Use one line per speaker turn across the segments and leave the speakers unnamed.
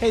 Hey,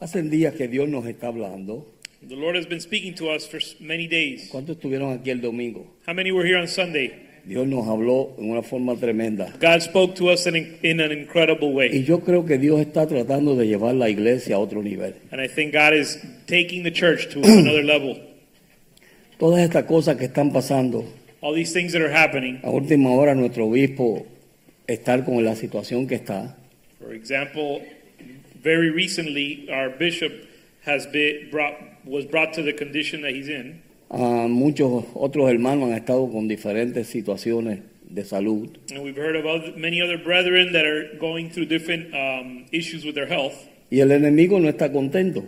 Hace días que Dios nos está hablando.
The Lord has been speaking to us for s- many days.
¿Cuántos estuvieron aquí el domingo?
How many were here on Sunday?
Dios nos habló en una forma tremenda.
God spoke to us in, in an incredible
Y
way.
yo creo que Dios está tratando de llevar la iglesia a otro nivel.
And I think God is taking the church to another level.
Todas estas cosas que están pasando,
All these things that are happening,
a última hora nuestro obispo estar con la situación que está,
for example, very recently our bishop has been brought was brought to the condition that he's in.
ah, muchos otros hermanos han estado con diferentes situaciones de salud.
And we've heard of other, many other brethren that are going through different um, issues with their health.
Y el enemigo no está contento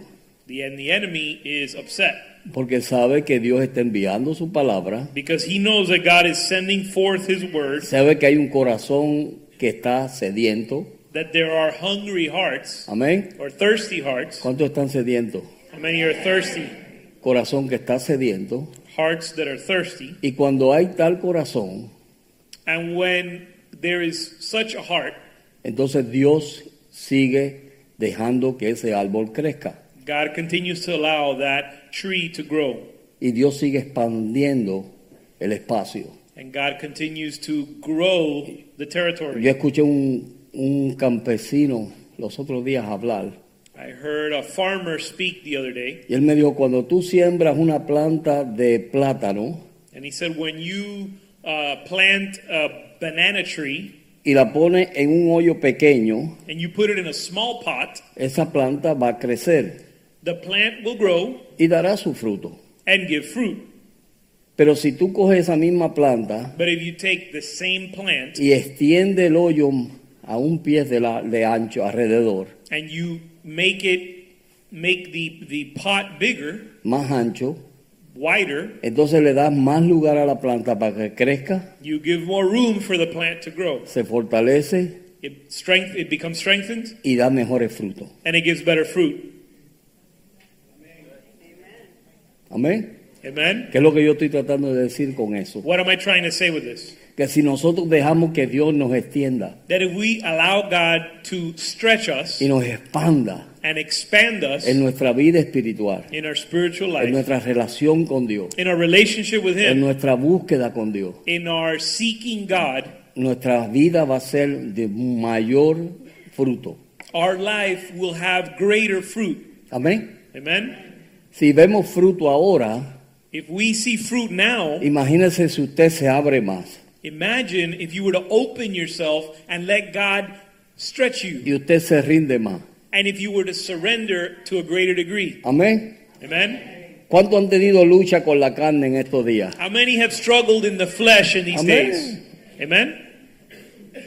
The, and the enemy is upset
porque sabe que Dios está enviando su palabra
because he knows that God is sending forth his word
Sabe que hay un corazón que está sediento.
that there are hungry hearts
Amén.
or thirsty hearts.
¿Cuántos están sedientos?
How many are thirsty?
Corazón que está sediento.
Hearts that are thirsty.
Y cuando hay tal corazón,
And when there is such a heart,
entonces Dios sigue dejando que ese árbol crezca.
God continues to allow that tree to grow.
Y Dios sigue expandiendo el espacio.
And God continues to grow the
Yo
territory.
escuché un, un campesino los otros días hablar.
I heard a farmer speak the other day,
Y él me dijo, cuando tú siembras una planta de plátano
and he said, When you uh, plant a banana tree
y la pones en un hoyo pequeño,
and you put it in a small pot,
esa planta va a crecer.
the plant will grow
y dará su fruto.
and give fruit.
Pero si tú coges esa misma planta
But if you take the same plant
y extiende el hoyo a un pie de, la- de ancho alrededor,
and you make it make the the pot bigger,
más ancho,
wider,
entonces le das más lugar a la planta para que crezca,
you give more room for the plant to grow.
se fortalece
It strength it becomes strengthened
y da mejores frutos.
and it gives better fruit.
Amén.
Amen.
¿Qué es lo que yo estoy tratando de decir con eso?
What am I trying to say with this?
Que si nosotros dejamos que Dios nos extienda
That if we allow God to stretch us
y nos expanda
and expand us
en nuestra vida espiritual,
in our spiritual
en
life,
nuestra relación con Dios,
in our relationship with
en
Him,
nuestra búsqueda con Dios,
in our seeking God,
nuestra vida va a ser de mayor fruto.
our life will have greater fruit.
Amén.
Amen.
Si vemos fruto ahora,
If we see fruit now,
imagínense si usted se abre más
Imagine if you were to open yourself and let God stretch you,
y usted se rinde más.
and if you were to surrender to a greater degree.
Amén.
Amen?
¿Cuántos han tenido lucha con la carne en estos días?
How many have struggled in the flesh in these
Amen.
days? Amen?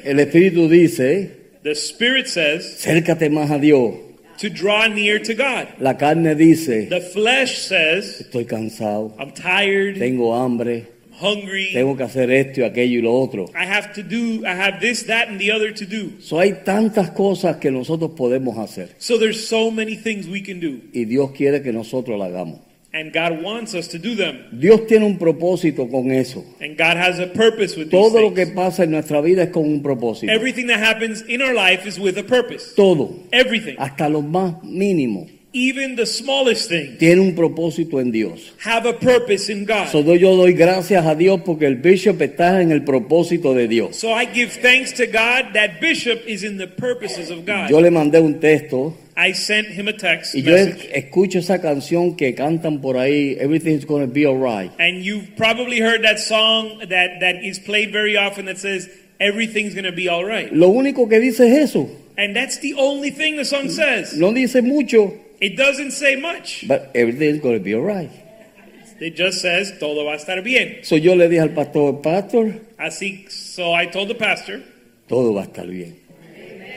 El Espíritu dice,
The Spirit says
cércate más a Dios.
to draw near to God.
La carne dice,
The flesh says,
estoy cansado,
I'm tired, I'm
tengo hambre,
hungry,
tengo que hacer esto y aquello y lo otro.
I have to do, I have this, that, and the other to do.
So, hay tantas cosas que nosotros podemos hacer
So there's so many things we can do,
y Dios quiere que nosotros la hagamos.
and God wants us to do them,
Dios tiene un propósito con eso.
and God has a purpose with these
Todo lo que
things.
pasa en nuestra vida es con un propósito.
Everything that happens in our life is with a purpose.
Todo,
Everything,
hasta lo más mínimo,
even the smallest thing,
tiene un propósito en Dios.
have a purpose in God.
So, yo doy gracias a Dios porque el bishop está en el propósito de Dios.
So I give thanks to God that Bishop is in the purposes of God.
Yo le mandé un texto
I sent him a text
y yo
message,
es- escucho esa canción que cantan por ahí, Everything's Gonna Be Alright.
and you've probably heard that song that, that is played very often that says, Everything's gonna be alright.
Lo único que dice es eso,
And that's the only thing the song says.
no dice mucho,
It doesn't say much.
but Everything's Gonna Be Alright.
It just says, Todo va a estar bien.
So, yo le dije al pastor, pastor,
Así, so I told the pastor,
todo va a estar bien.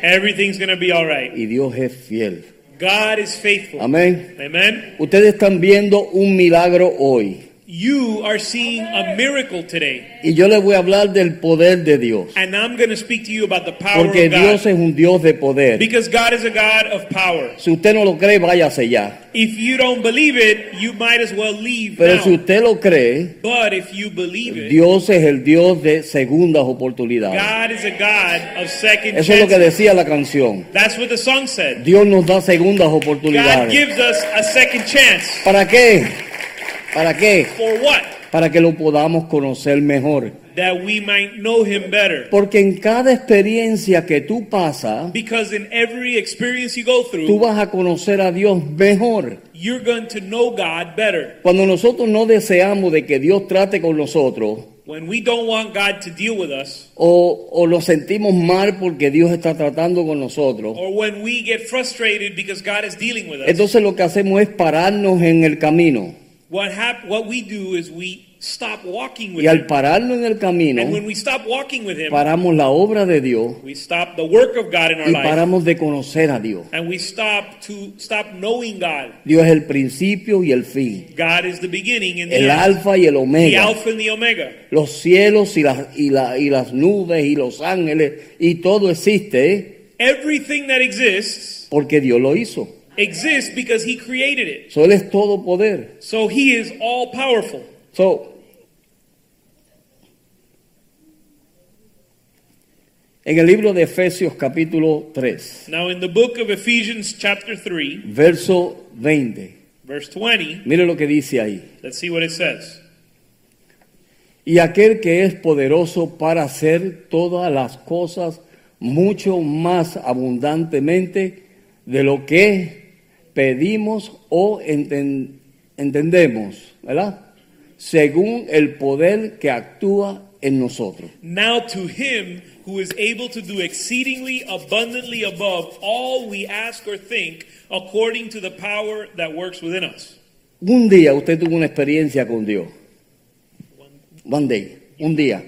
Everything's gonna be alright.
Y Dios es fiel.
God is faithful.
Amén.
Amen.
Ustedes están viendo un milagro hoy.
You are seeing a miracle today,
Y yo les voy a hablar del poder de Dios.
and I'm going to speak to you about the power
Porque
of God.
Dios es un Dios de poder.
because God is a God of power.
Si usted no lo cree, váyase ya.
If you don't believe it, you might as well leave
Pero
now.
si usted lo cree,
but if you believe it,
Dios es el Dios de segundas oportunidades.
God is a God of second
Eso es lo que
chances.
decía la canción.
That's what the song said.
Dios nos da segundas
God
oportunidades.
gives us a second chance.
¿Para qué? ¿Para qué?
For what?
Para que lo podamos conocer mejor.
That we might know him better.
Porque en cada experiencia que tú pasas,
Because in every experience you go
tú
through,
vas a conocer a Dios mejor.
you're going to know God better.
Cuando nosotros no deseamos de que Dios trate con nosotros,
When we don't want God to deal with us,
o, o nos sentimos mal porque Dios está tratando con nosotros,
or when we get frustrated because God is dealing with us,
entonces lo que hacemos es pararnos en el camino.
what hap- what we do is we stop walking with
Y al
him.
pararnos en el camino,
And when we stop walking with him,
paramos la obra de Dios
we stop the work of God in our
y
life.
paramos de conocer a Dios.
And we stop to stop knowing God.
Dios es el principio y el fin,
God is the beginning and the end.
el alfa y el
the
omega,
Alpha and the Omega.
los cielos y las, y, la- y las nubes y los ángeles y todo existe ¿eh?
Everything that exists
porque Dios lo hizo.
exists because He created it.
So, él es todo poder.
So He is all powerful.
So, en el libro de Efesios capítulo 3,
Now, in the book of Ephesians, chapter 3,
verso 20,
verse 20,
mire lo que dice ahí.
let's see what it says.
Y aquel que es poderoso para hacer todas las cosas mucho más abundantemente de lo que pedimos o enten- entendemos, ¿verdad? Según el poder que actúa en nosotros.
Now, to Him who is able to do exceedingly abundantly above all we ask or think, according to the power that works within us.
Un día usted tuvo una experiencia con Dios. One day, un día.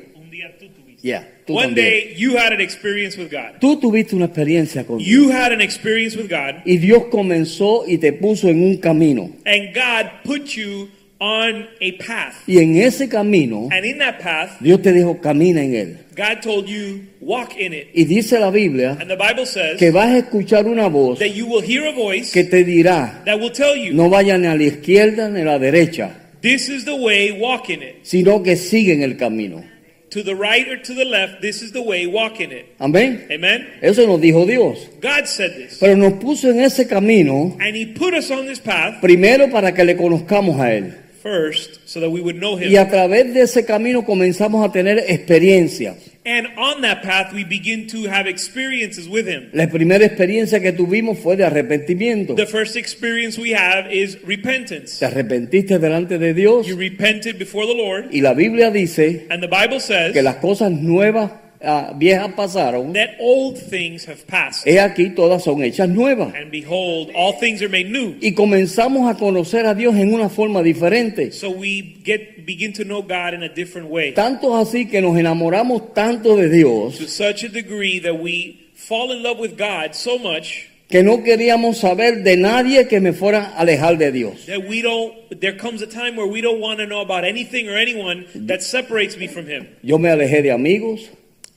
Yeah, tú
One
también.
day, you had an experience with God.
Tú tuviste una experiencia con Dios.
You had an experience with God,
Y Dios comenzó y te puso en un camino.
and God put you on a path.
Y en ese camino,
And in that path,
Dios te dijo, camina en él.
God told you, walk in it.
Y dice la Biblia
And the Bible says
que vas a escuchar una voz
that you will hear a voice
que te dirá,
that will tell you,
no vaya ni a la izquierda ni a la derecha,
this is the way, walk in it.
sino que sigue en el camino.
To the right or to the left, this is the way, walk in it.
Amén.
Amen?
Eso nos dijo Dios.
God said this.
Pero nos puso en ese camino
And He put us on this path
primero para que le conozcamos a Él.
first so that we would know
Y
Him.
a través de ese camino comenzamos a tener experiencias.
And on that path, we begin to have experiences with Him.
La primera experiencia que tuvimos fue de arrepentimiento.
The first experience we have is repentance.
Te arrepentiste delante de Dios
You repented before the Lord.
y la Biblia dice
And the Bible says
que las cosas nuevas, ah, viejas pasaron.
that old things have passed.
He aquí todas son hechas nuevas.
And behold, all things are made new.
Y comenzamos a conocer a Dios en una forma diferente.
So we get begin to know God in a different way.
Tanto así que nos enamoramos tanto de Dios
To such a degree that we fall in love with God so much
que no queríamos saber de nadie que me fuera a alejar de Dios.
that we don't there comes a time where we don't want to know about anything or anyone that separates me from him.
Yo me alejé de amigos.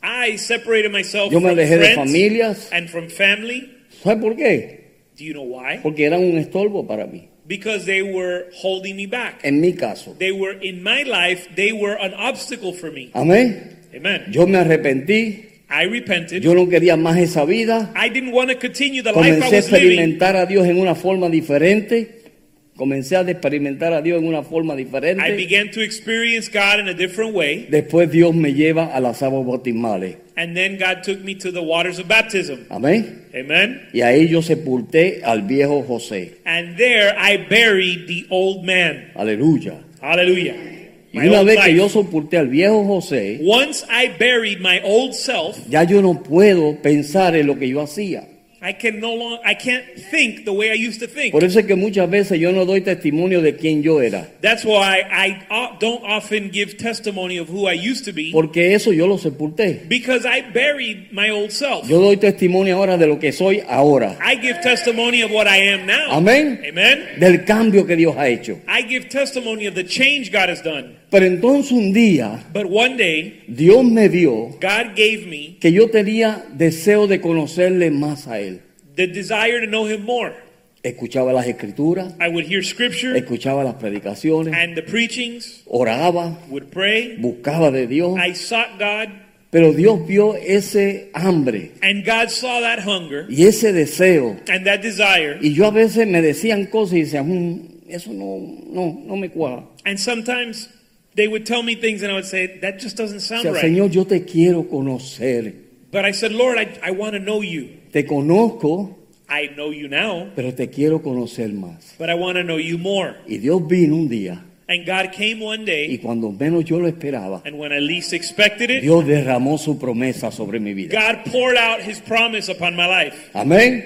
I separated myself
Yo me
from
alejé de
friends
familias.
and from family.
¿Sabes por qué?
Do you know why?
Porque eran un estorbo para mí.
Because they were holding me back.
En mi caso.
They were in my life, they were an obstacle for me.
Amén.
Amen.
Yo me arrepentí.
I repented.
Yo no quería más esa vida.
I didn't want to continue the life I
Comencé a
was living.
experimentar a Dios en una forma diferente. Comencé a experimentar a Dios en una forma
I
diferente.
began to experience God in a different way,
Después Dios me lleva a las aguas bautismales.
and then God took me to the waters of baptism.
Amén.
Amen.
Y ahí yo sepulté al viejo José.
And there I buried the old man.
Aleluya.
Hallelujah.
Y
My
una
old
vez que
life.
yo sepulté al viejo José,
Once I buried my old self,
ya yo no puedo pensar en lo que yo hacía.
I can no longer, I can't think the way I used to think.
Por eso es que muchas veces yo no doy testimonio de quién yo era,
That's why I o- don't often give testimony of who I used to be
porque eso yo lo sepulté.
because I buried my old self.
Yo doy testimonio ahora de lo que soy ahora,
I give testimony of what I am now.
Amén.
Amen.
del cambio que Dios ha hecho.
I give testimony of the change God has done.
Pero entonces un día
But one day,
Dios me dio
God gave me
que yo tenía deseo de conocerle más a Él.
the desire to know Him more.
Escuchaba las escrituras,
I would hear scripture
escuchaba las predicaciones,
and the preachings,
oraba,
would pray.
buscaba de Dios,
I sought God,
pero Dios vio ese hambre
and God saw that hunger
y ese deseo.
and that desire.
Y yo a veces me decían cosas y decía, "Mm, eso no, no, no me cuadra.
And sometimes they would tell me things, and I would say, That just doesn't
O
sound
sea,
right.
Señor, yo te quiero conocer.
But I said, Lord, I, I want to know you.
Te conozco,
I know you now,
pero te quiero conocer más.
but I want to know you more.
Y Dios vino un día
And God came one
y
day,
cuando menos yo lo esperaba,
and when I least expected it,
Dios derramó su promesa sobre mi vida.
God poured out his promise upon my life.
Amén.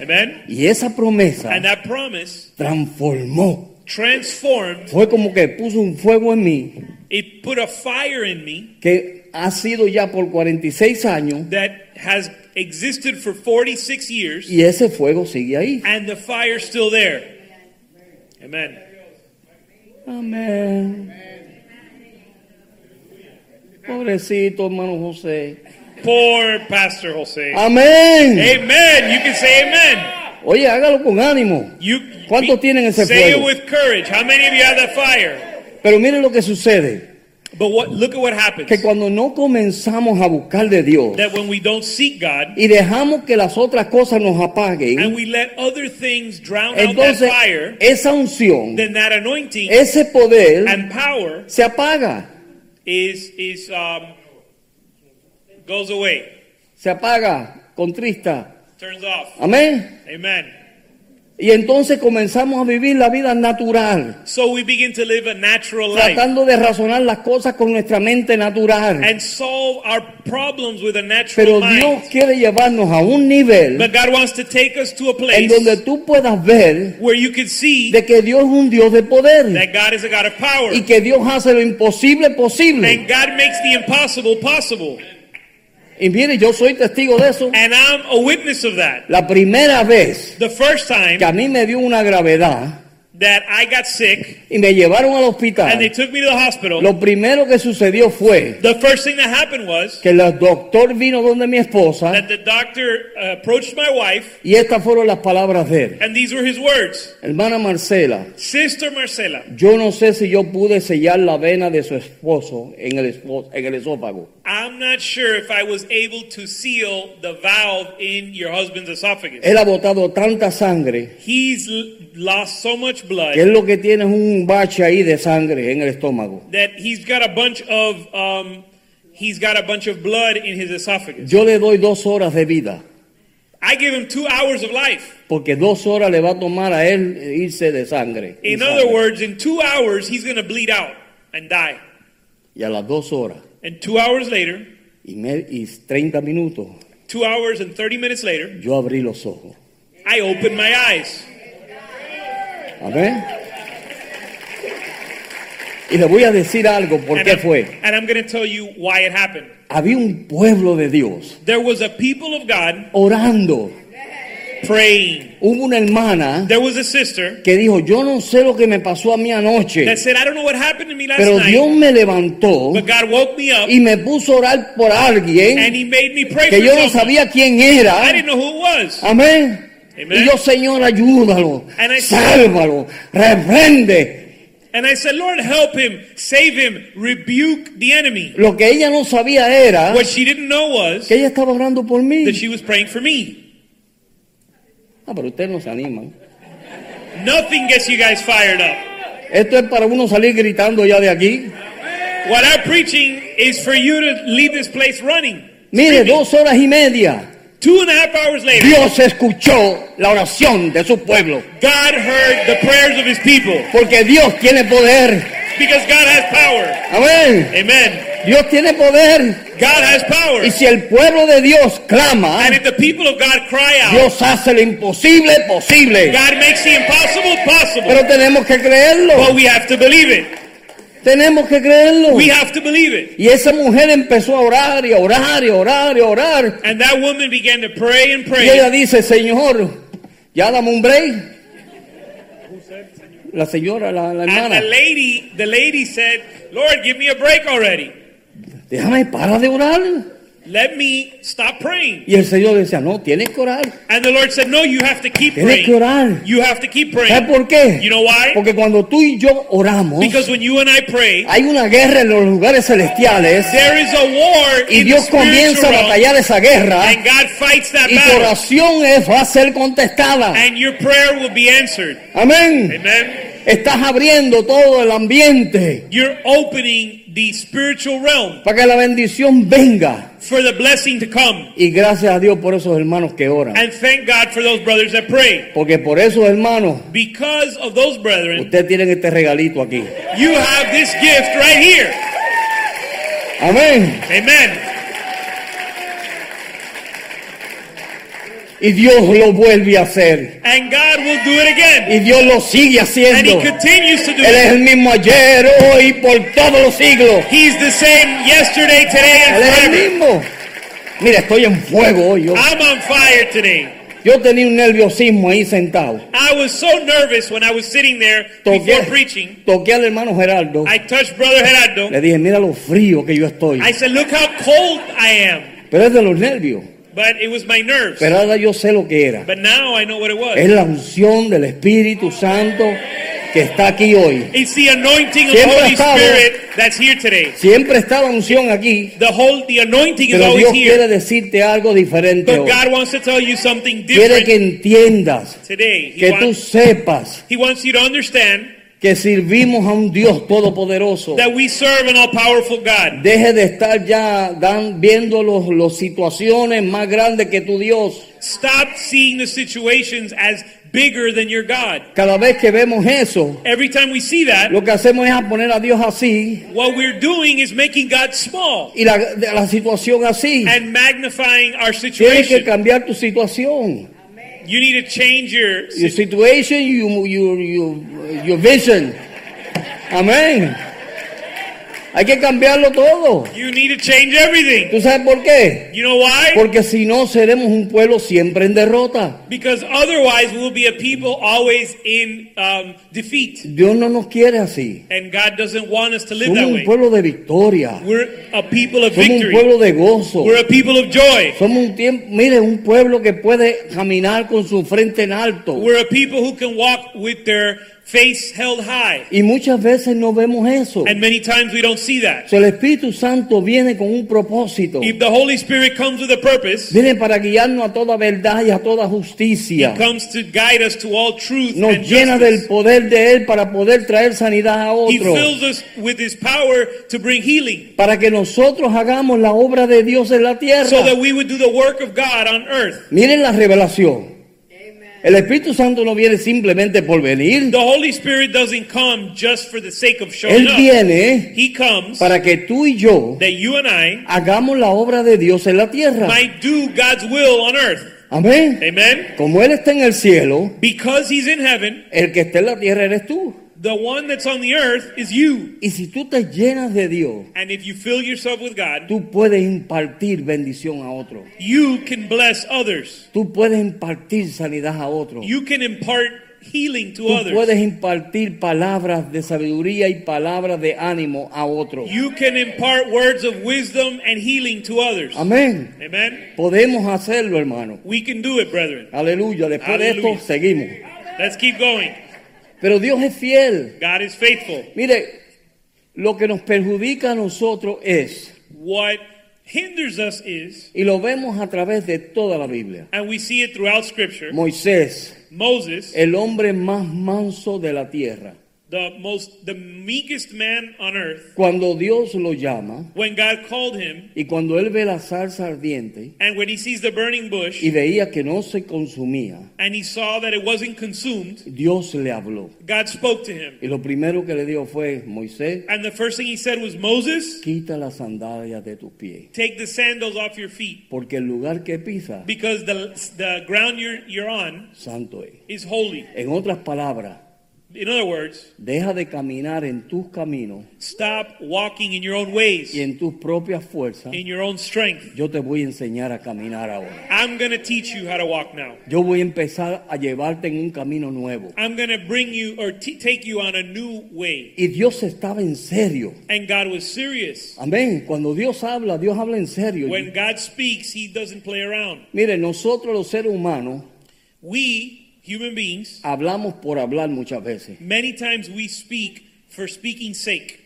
Amen?
Y esa promesa
And that promise
transformó.
transformed,
Fue como que puso un fuego en mí
it put a fire in me
que ha sido ya por 46 años
that has existed for 46 years,
y ese fuego sigue ahí.
and the fire's still there. Amen.
Amén. Pobrecito hermano José.
Poor Pastor Jose.
Amén.
Amen. You can say amen.
Oye, hágalo con ánimo.
You
¿Cuántos tienen ese
Say
fuego?
it with courage. How many of you have that fire?
Pero mire lo que sucede,
But what look at what happens.
que cuando no comenzamos a buscar de Dios
That when we don't seek God
y dejamos que las otras cosas nos
and
apaguen,
we let other things drown out that
entonces
fire,
esa unción,
then that anointing
ese poder
and power
se apaga,
is is um, goes away,
se apaga, contrista.
turns off.
Amén.
Amen.
Y entonces comenzamos a vivir la vida natural,
So we begin to live a natural life
tratando de razonar las cosas con nuestra mente natural.
and solve our problems with a natural
Pero Dios
mind.
quiere llevarnos a un nivel
But God wants to take us to a
en
place
donde tú puedas ver
where you can see
de que Dios es un Dios de poder
that God is a God of power
y que Dios hace lo imposible posible.
and God makes the impossible possible.
Y mire, yo soy testigo de eso.
And I'm a witness of that.
La primera vez
The first time
que a mí me dio una gravedad
that I got sick
y me llevaron al
and they
hospital,
took me to the hospital,
lo primero que sucedió fue
the first thing that happened was
que el doctor vino donde mi esposa
that the doctor uh, approached my wife
y estas fueron las palabras de él.
and these were his words.
Hermana Marcela,
Sister Marcela,
yo no sé si yo pude sellar la vena de su esposo en el, espo- en el esófago.
I'm not sure if I was able to seal the valve in your husband's esophagus.
Él ha botado tanta sangre
He's l- lost so much
que él
blood
lo que tiene es un bache ahí de sangre en el estómago.
that he's got a bunch of um, he's got a bunch of blood in his esophagus.
Yo le doy dos horas de vida,
I give him two hours of life.
porque dos horas le va a tomar a él irse de sangre.
In
de
other
sangre.
words, in two hours, he's going to bleed out and die.
y a las dos horas
And two hours later,
y, me- y 30 minutos,
two hours and 30 minutes later,
yo abrí los ojos.
I opened my eyes.
Amén. Y le voy a decir algo, ¿por
And
qué
I'm,
fue?
and I'm going to tell you why it happened.
Había un pueblo de Dios
There was a people of God
orando.
praying.
Hubo una hermana
There was a sister
que dijo, yo no sé lo que me pasó a mí anoche,
that said, I don't know what happened to me last
pero
night,
Dios me levantó
but God woke me up
y me puso a orar por
and
alguien
He made me pray
que
for
yo no
someone.
sabía quién era.
I didn't know who it was.
Amén.
Amen.
Y yo, Señor, ayúdalo,
And I-
sálvalo, reprende.
And I said, Lord, help him, save him, rebuke the enemy.
Lo que ella no sabía era
What she didn't know was
que ella estaba orando por mí.
that she was praying for me.
Ah, pero ustedes no se animan.
Nothing gets you guys fired up.
Esto es para uno salir gritando ya de aquí.
What I'm preaching is for you to leave this place running.
Mire, dos horas y media,
Two and a half hours later,
Dios escuchó la oración de su pueblo.
God heard the prayers of his people
Porque Dios tiene poder.
because God has power.
Amén.
Amen.
Dios tiene poder.
God has power.
Y si el pueblo de Dios clama,
And if the people of God cry out,
Dios hace lo imposible posible.
God makes the impossible possible.
Pero tenemos que creerlo.
But we have to believe it.
Tenemos que creerlo.
We have to believe it.
Y esa mujer empezó a orar y a orar y a orar y a orar.
And that woman began to pray and
Y
pray.
ella dice, Señor, ya dame un break. La señora, la, la
And
hermana,
the lady, the lady said, Lord, give me a break already.
déjame, para de orar.
Let me stop praying.
Y el Señor decía, no, tienes que orar.
And the Lord said, No, you have to keep
Tienes que
praying.
orar.
You have to keep
¿Sabes
praying.
por qué?
You know why?
Porque cuando tú y yo oramos,
Because when you and I pray,
hay una guerra en los lugares celestiales
there is a war
y
in the
Dios
spiritual
comienza a
realm,
batallar esa guerra
and God fights that
y tu
battle,
oración es, va a ser contestada.
and your prayer will be answered.
Amén.
Amen.
Estás abriendo todo el ambiente
You're opening the spiritual realm
para que la bendición venga.
for the blessing to come.
Y gracias a Dios por esos hermanos que oran.
And thank God for those brothers that pray.
Porque por esos hermanos,
Because of those brethren,
ustedes tienen este regalito aquí.
you have this gift right here.
Amén.
Amen.
Y Dios lo vuelve a hacer.
And God will do it again.
Y Dios lo sigue
And He
haciendo. Él
continues to do
es
it.
el mismo ayer, hoy y por todos los siglos.
He's the same yesterday, today,
Él es
and
el
forever.
mismo. Mira, estoy en fuego hoy. Yo,
I'm on fire today.
yo tenía un nerviosismo ahí sentado.
I was so nervous when I was sitting there before preaching.
Toqué, toqué al hermano Gerardo.
I touched Brother Gerardo.
Le dije, mira lo frío que yo estoy.
I said, Look how cold I am.
Pero es de los nervios.
But it was my nerves.
Pero ahora yo sé lo que era.
But now I know what it
Es
was.
la unción del Espíritu Santo que está aquí hoy.
It's the anointing of the
Siempre ha
Holy
estado.
Spirit that's here today.
Siempre está la unción aquí,
The whole the anointing is
pero
always
Dios
here.
quiere decirte algo diferente
But
hoy.
God wants to tell you something
Quiere que
different
entiendas,
today. He
que tú
wants,
sepas
he wants you to understand
que servimos a un Dios todopoderoso.
that we serve an all-powerful God.
Deje de estar ya dan, viendo las los situaciones más grandes que tu Dios.
Stop seeing the situations as bigger than your God.
Cada vez que vemos eso,
Every time we see that,
lo que hacemos es a poner a Dios así
what we're doing is making God small
y la, de la situación así.
and magnifying our
Tienes que
situation.
cambiar tu situación.
You need to change your
Your situation, you, you, you- your vision. Amén. Hay que cambiarlo todo.
you need to change everything.
¿Tú sabes por qué?
You know why?
Porque si no, seremos un pueblo siempre en derrota.
Because otherwise we'll be a people always in um, defeat.
Dios no nos quiere así.
And God doesn't want us to live
Somos
that
un
way.
pueblo de victoria.
We're a people of
Somos un
victory.
pueblo de gozo.
We're a people of joy.
Somos un tiempo, mire, un pueblo que puede caminar con su frente en alto.
We're a people who can walk with their face held high.
Y muchas veces no vemos eso.
And many times we don't see that.
So, el Espíritu Santo viene con un propósito.
If the Holy Spirit comes with a purpose,
Viene para guiarnos a toda verdad y a toda justicia.
comes to guide us to all truth
Nos
and
llena del
justice.
poder de Él para poder traer sanidad a
He
otros.
fills us with his power to bring healing
Para que nosotros hagamos la obra de Dios en
so
la
that
tierra.
we would do the work of God on earth.
Miren la revelación. El Espíritu Santo no viene simplemente por venir.
The Holy Spirit doesn't come just for the sake of showing
Él
up.
viene
He comes
para que tú y yo
that you and I
hagamos la obra de Dios en la tierra.
might do God's will on earth.
Amén.
Amen.
Como Él está en el cielo,
Because he's in heaven,
el que está en la tierra eres tú.
the one that's on the earth is you.
Y si tú te llenas de Dios,
And if you fill yourself with God,
tú puedes impartir bendición a otros.
you can bless others.
Tú puedes impartir sanidad a otros.
You can impart healing to
Tú
others.
puedes impartir palabras de sabiduría y palabras de ánimo a otros.
You can impart words of wisdom and healing to others.
Amén.
Amen.
Podemos hacerlo, hermano.
We can do it, brethren.
Aleluya. Después de
Aleluya.
esto seguimos.
Let's keep going.
Pero Dios es fiel.
God is faithful.
Mire, lo que nos perjudica a nosotros es,
What hinders us is,
y lo vemos a través de toda la Biblia,
and we see it throughout Scripture,
Moisés,
Moses,
el hombre más manso de la tierra.
the most the meekest man on earth
Cuando Dios lo llama
when God called him
y cuando él ve la zarza ardiente
and when he sees the burning bush
y veía que no se consumía,
and he saw that it wasn't consumed
Dios le habló.
God spoke to him
Y lo primero que le dijo fue, Moisés,
and the first thing he said was Moses
quita las sandalias de tus pies,
take the sandals off your feet
porque el lugar que pisa,
because the the ground you're you're on
santo es.
is holy
En otras palabras,
in other words
deja de caminar en tus caminos
stop walking in your own ways
y en tus propias fuerzas.
in your own strength
Yo te voy a enseñar a caminar ahora.
I'm going to teach you how to walk now
Yo voy a empezar a llevarte en un camino nuevo.
I'm going to bring you or t- take you on a new way
Y Dios estaba en serio.
and God was serious
Amén. Cuando Dios habla, Dios habla en serio.
When God speaks, he doesn't play around.
Mire, nosotros los seres humanos
We, human beings,
hablamos por hablar muchas veces.
many times we speak for speaking's sake.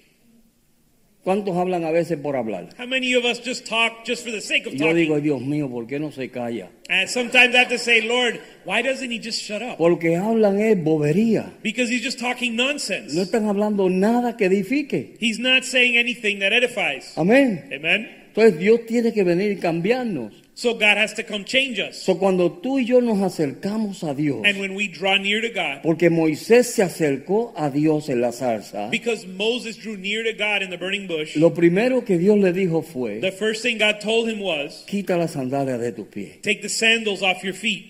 ¿Cuántos hablan a veces por hablar?
How many of us just talk just for the sake of
Y yo
talking?
digo, "Ay, Dios mío, ¿por qué no se calla?
And sometimes I have to say, Lord, why doesn't he just shut up?
Porque hablan es bobería.
Because he's just talking nonsense.
No están hablando nada que edifique.
He's not saying anything that edifies.
Amén.
Amen?
Entonces Dios tiene que venir y cambiarnos.
So God has to come change us.
So, cuando tú y yo nos acercamos a Dios,
And when we draw near to God,
porque Moisés se acercó a Dios en la zarza,
because Moses drew near to God in the burning bush,
lo primero que Dios le dijo fue,
the first thing God told him was,
quita las sandalias de tus pies.
take the sandals off your feet.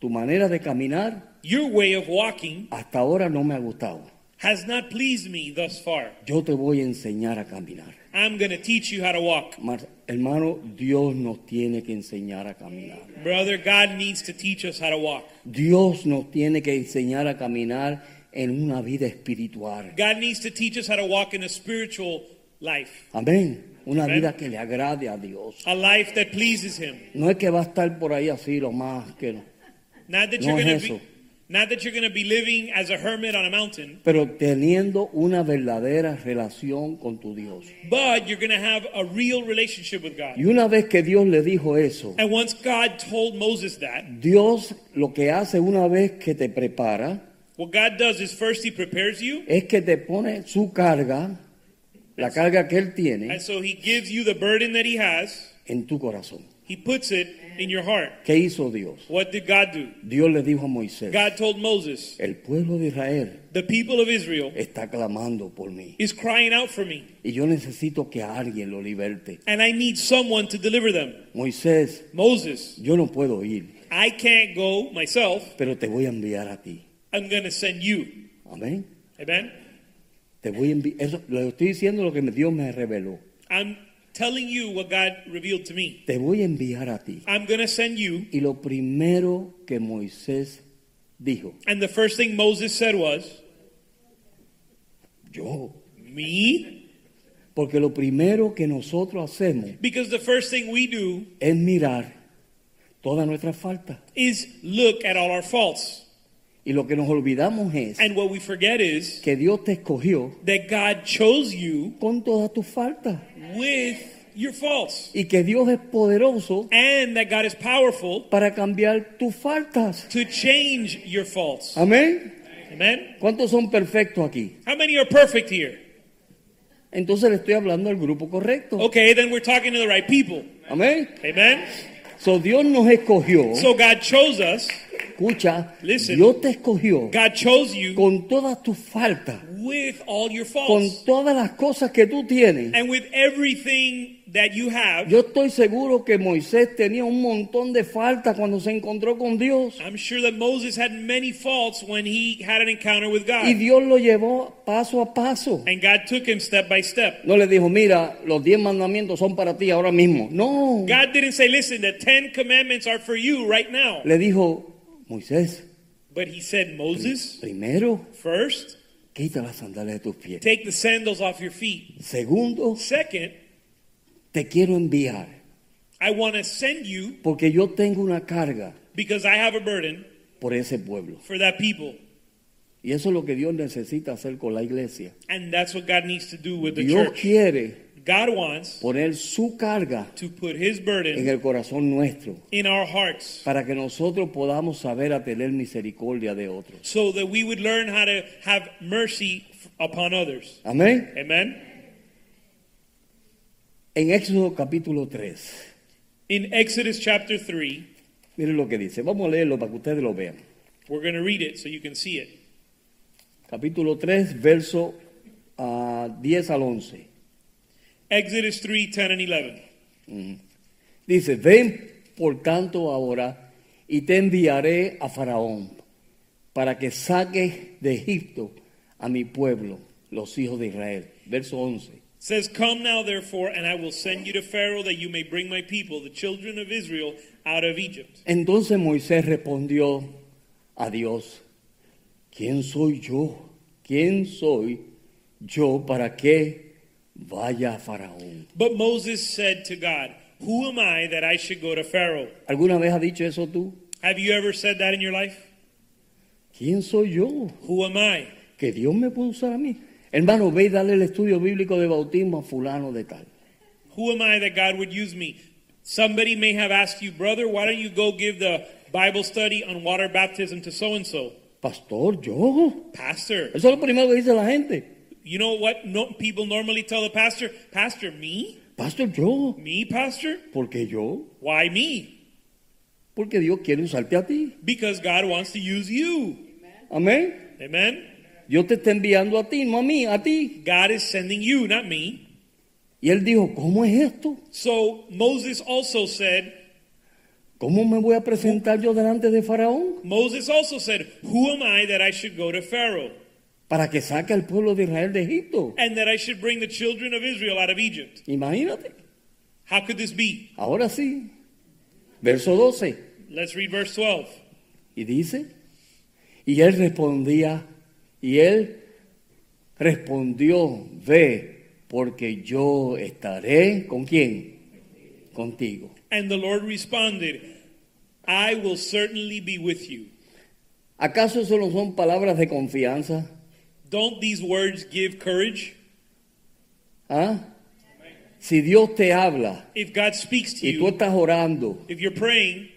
Tu manera de caminar
Your way of walking
hasta ahora no me ha gustado.
has not pleased me thus far.
Yo te voy a enseñar a caminar.
I'm going to teach you how to walk.
Mar- Hermano, Dios nos tiene que enseñar a caminar.
Brother, God needs to teach us how to walk.
Dios nos tiene que enseñar a caminar en una vida espiritual.
God needs to teach us how to walk in a spiritual life,
Amén. Una
Amén.
vida que le agrade a Dios.
a life that pleases Him.
No es que va a estar por ahí así lo más que no.
Not that
No
you're going
es
to
eso.
be, not that you're going to be living as a hermit on a mountain,
pero teniendo una verdadera relación con tu Dios.
but you're going to have a real relationship with God.
Y una vez que Dios le dijo eso,
And once God told Moses that,
Dios lo que hace una vez que te prepara
what God does is first He prepares you,
es que te pone su carga, la carga que Él tiene,
and so He gives you the burden that He has.
en tu corazón.
He puts it in your heart.
¿Qué hizo Dios?
What did God do?
Dios le dijo a Moisés,
God told Moses,
el pueblo de Israel
The people of Israel
está clamando por mí
is crying out for me,
y yo necesito que alguien lo liberte.
and I need someone to deliver them.
Moisés,
Moses,
yo no puedo ir,
I can't go myself.
pero te voy a enviar a ti.
I'm going to send you.
Amén.
Amen.
Te voy a enviar. Eso, lo estoy diciendo lo que Dios me reveló.
I'm telling you what God revealed to me.
Te voy a enviar a ti.
I'm going to send you.
Y lo primero que Moisés dijo,
And the first thing Moses said was,
yo.
Me?
Porque lo primero que nosotros hacemos
Because the first thing we do
es mirar todas nuestras faltas.
is look at all our faults.
Y lo que nos olvidamos es
And what we forget is
que Dios te escogió
that God chose you
con todas tus faltas.
with your faults,
Y que Dios es poderoso
and that God is powerful
para cambiar tus faltas.
to change your faults.
Amén.
Amen.
¿Cuántos son perfectos aquí?
How many are perfect here?
Entonces le estoy hablando al grupo correcto.
Okay, then we're talking to the right people.
Amén.
Amen.
So, Dios nos escogió.
So God chose us.
Escucha,
Listen.
Dios te escogió
God chose you
con todas tus faltas,
with all your
con
faults
todas las cosas que tú tienes.
and with everything that you have.
Yo estoy seguro que Moisés tenía un montón de faltas cuando se encontró con Dios.
I'm sure that Moses had many faults when he had an encounter with
Y
God.
Dios lo llevó paso a paso.
And God took him step by step.
No le dijo, mira, los diez mandamientos son para ti ahora mismo. No.
God didn't say, listen, the Ten Commandments are for you right now.
Le dijo, Moisés,
But he said, Moses,
primero,
first,
quita las sandalias de tus pies.
take the sandals off your feet.
Segundo,
Second,
te quiero enviar
I want to send you
porque yo tengo una carga
because I have a burden
por ese pueblo.
for that people.
Y eso es lo que Dios necesita hacer con la iglesia.
And that's what God needs to do with the
Dios
church.
quiere
God wants
poner su carga
to put his
en
burden
el corazón nuestro
in our hearts
para que nosotros podamos saber a tener misericordia de otros.
so that we would learn how to have mercy f- upon others.
Amén.
Amen.
En Éxodo capítulo 3,
In Exodus chapter 3,
miren lo que dice. Vamos a leerlo para que ustedes lo vean.
we're going to read it so you can see it.
Capítulo 3, verso ah, 10 al 11.
Exodus 3 10 and 11.
Dice, ven por tanto ahora y te enviaré a Faraón para que saques de Egipto a mi pueblo, los hijos de Israel. Verso 11.
It says, Come now, therefore, and I will send you to Pharaoh that you may bring my people, the children of Israel, out of Egypt.
Entonces Moisés respondió a Dios, ¿quién soy yo? ¿Quién soy yo para que vaya a Faraón?
But Moses said to God, Who am I that I should go to Pharaoh?
¿Alguna vez has dicho eso tú?
Have you ever said that in your life?
¿Quién soy yo?
Who am I?
Que Dios me puede usar a mí. Hermano, ve y dale el estudio bíblico de bautismo a fulano de tal.
Who am I that God would use me? Somebody may have asked you, Brother, why don't you go give the Bible study on water baptism to so and so?
Pastor, yo.
Pastor.
Eso es lo primero que dice la gente.
You know what no, people normally tell the pastor? Pastor, me?
Pastor, yo.
Me, Pastor?
¿Por qué yo?
Why me?
Porque Dios quiere usarte a ti.
Because God wants to use you.
Amén.
Amen?
Dios te está enviando a ti, no a mí, a ti.
God is sending you, not me.
Y él dijo, ¿cómo es esto?
So Moses also said,
¿Cómo me voy a presentar yo delante de Faraón?
Moses also said, Who am I that I should go to Pharaoh?
Para que saque al pueblo de Israel de Egipto.
And that I should bring the children of Israel out of Egypt.
Imagínate.
How could this be?
Ahora sí. Verso 12.
Let's read verse 12.
Y dice, y él respondía, y él respondió, ve, porque yo estaré con quién? Contigo.
And the Lord responded, I will certainly be with you.
¿Acaso eso no son palabras de confianza?
Don't these words give courage?
¿Ah? Si Dios te habla
If God speaks to
y tú
you,
estás orando
if you're praying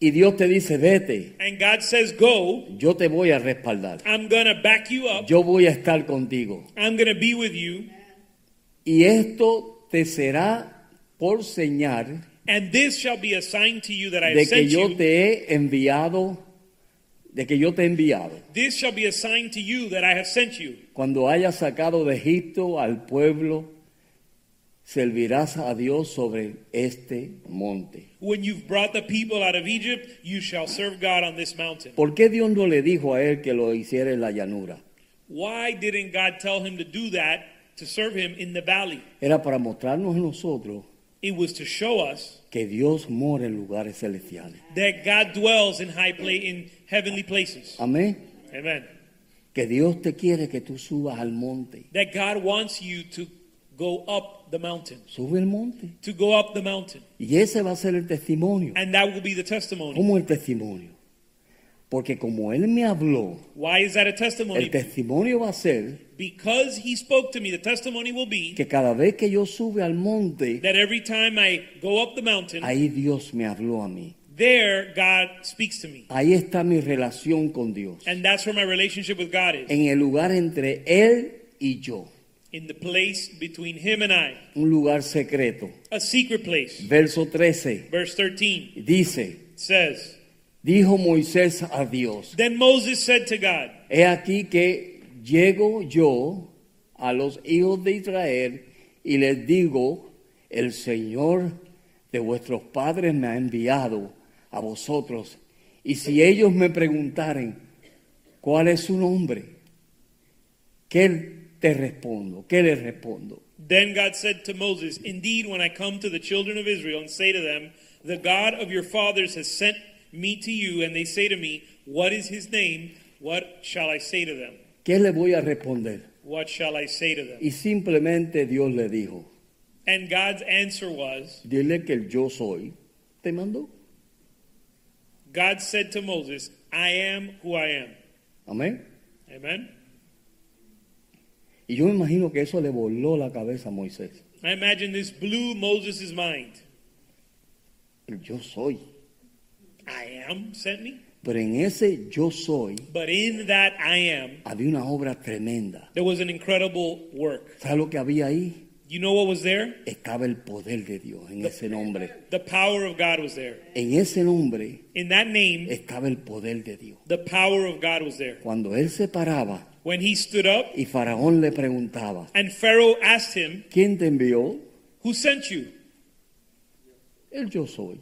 y Dios te dice, vete,
and God says go,
Yo te voy a respaldar.
I'm going to back you up.
Yo voy a estar contigo.
I'm going to be with you.
Y esto te será por señal
And this shall be a sign to you that I have
de que
sent
yo
you.
te he enviado, de que yo te he enviado.
This shall be a sign to you that I have sent you.
Cuando hayas sacado de Egipto al pueblo, servirás a Dios sobre este monte.
When you've brought the people out of Egypt, you shall serve God on this mountain.
¿Por qué Dios no le dijo a él que lo hiciera en la llanura?
Why didn't God tell him to do that, to serve him in the valley?
Era para mostrarnos a nosotros
It was to show us
que Dios mora en lugares celestiales.
that God dwells in high pla in heavenly places.
Amén.
Amen.
Que Dios te quiere que tú subas al monte.
That God wants you to go up the mountain,
Sube el monte.
to go up the mountain,
Y ese va a ser el testimonio.
and that will be the testimony.
¿Cómo el testimonio? Porque como él me habló,
Why is that a
el
testimony?
testimonio va a ser
Because he spoke to me, the testimony will be
que cada vez que yo sube al monte,
that every time I go up the mountain,
ahí Dios me habló a mí.
there God speaks to me.
Ahí está mi relación con Dios.
And that's where my relationship with God is.
En el lugar entre él y yo.
In the place between him and I.
Un lugar secreto.
A secret place.
Verso 13.
Verse 13
Dice,
says,
dijo Moisés a Dios,
Then Moses said to God,
He aquí que llego yo a los hijos de Israel y les digo, el Señor de vuestros padres me ha enviado a vosotros. Y si ellos me preguntaren, ¿cuál es su nombre? ¿Qué te respondo? ¿Qué les respondo?
Then God said to Moses, Indeed, when I come to the children of Israel and say to them, The God of your fathers has sent me to you, and they say to me, What is his name? What shall I say to them?
¿Qué le voy a responder?
What shall I say to them?
Y simplemente Dios le dijo,
And God's answer was,
dile que el yo soy te mandó.
God said to Moses, I am who I am.
Amén.
Amen.
Y yo me imagino que eso le voló la cabeza a Moisés.
I imagine this blew Moses' mind.
El yo soy.
I am sent me.
Pero en ese yo soy
But in that I am,
había una obra tremenda.
there was an incredible work.
¿Sabes lo que había ahí?
You know what was there?
Estaba el poder de Dios en ese nombre.
The power of God was there.
En ese nombre
In that name,
estaba el poder de Dios.
the power of God was there.
Cuando él se paraba
When he stood up
y Faraón le preguntaba,
and Pharaoh asked him,
¿quién te envió?
Who sent you?
El yo soy.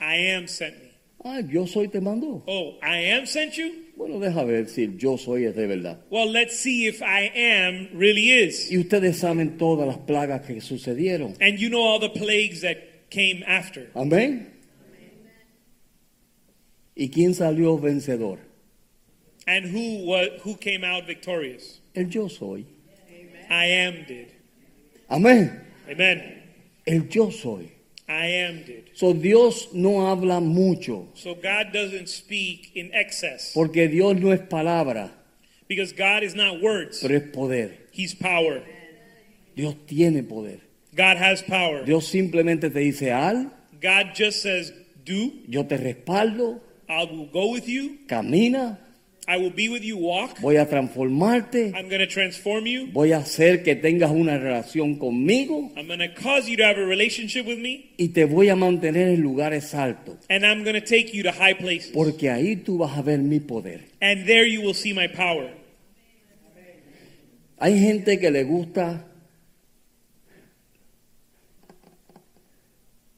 I am sent me.
Ah, el yo soy te mandó.
Oh, I am sent you?
Bueno, deja ver si el yo soy es de verdad.
Well, let's see if I am really is.
Y ustedes saben todas las plagas que sucedieron.
And you know all the plagues that came after.
Amén. ¿Y quién salió vencedor?
And who was, who came out victorious?
El yo soy.
I am did.
Amén.
Amen.
El yo soy.
I am did.
So, Dios no habla mucho
So God doesn't speak in excess
porque Dios no es palabra,
because God is not words.
pero es poder.
He's power.
Dios tiene poder.
God has power.
Dios simplemente te dice, al,
God just says, "Do.
yo te respaldo,
I will go with you.
camina,
I will be with you. Walk.
voy a transformarte,
I'm going to transform you.
voy a hacer que tengas una relación conmigo
I'm going to cause you to have a relationship with me,
y te voy a mantener en lugares altos,
and I'm going to take you to high places.
porque ahí tú vas a ver mi poder.
And there you will see my power."
Hay gente que le gusta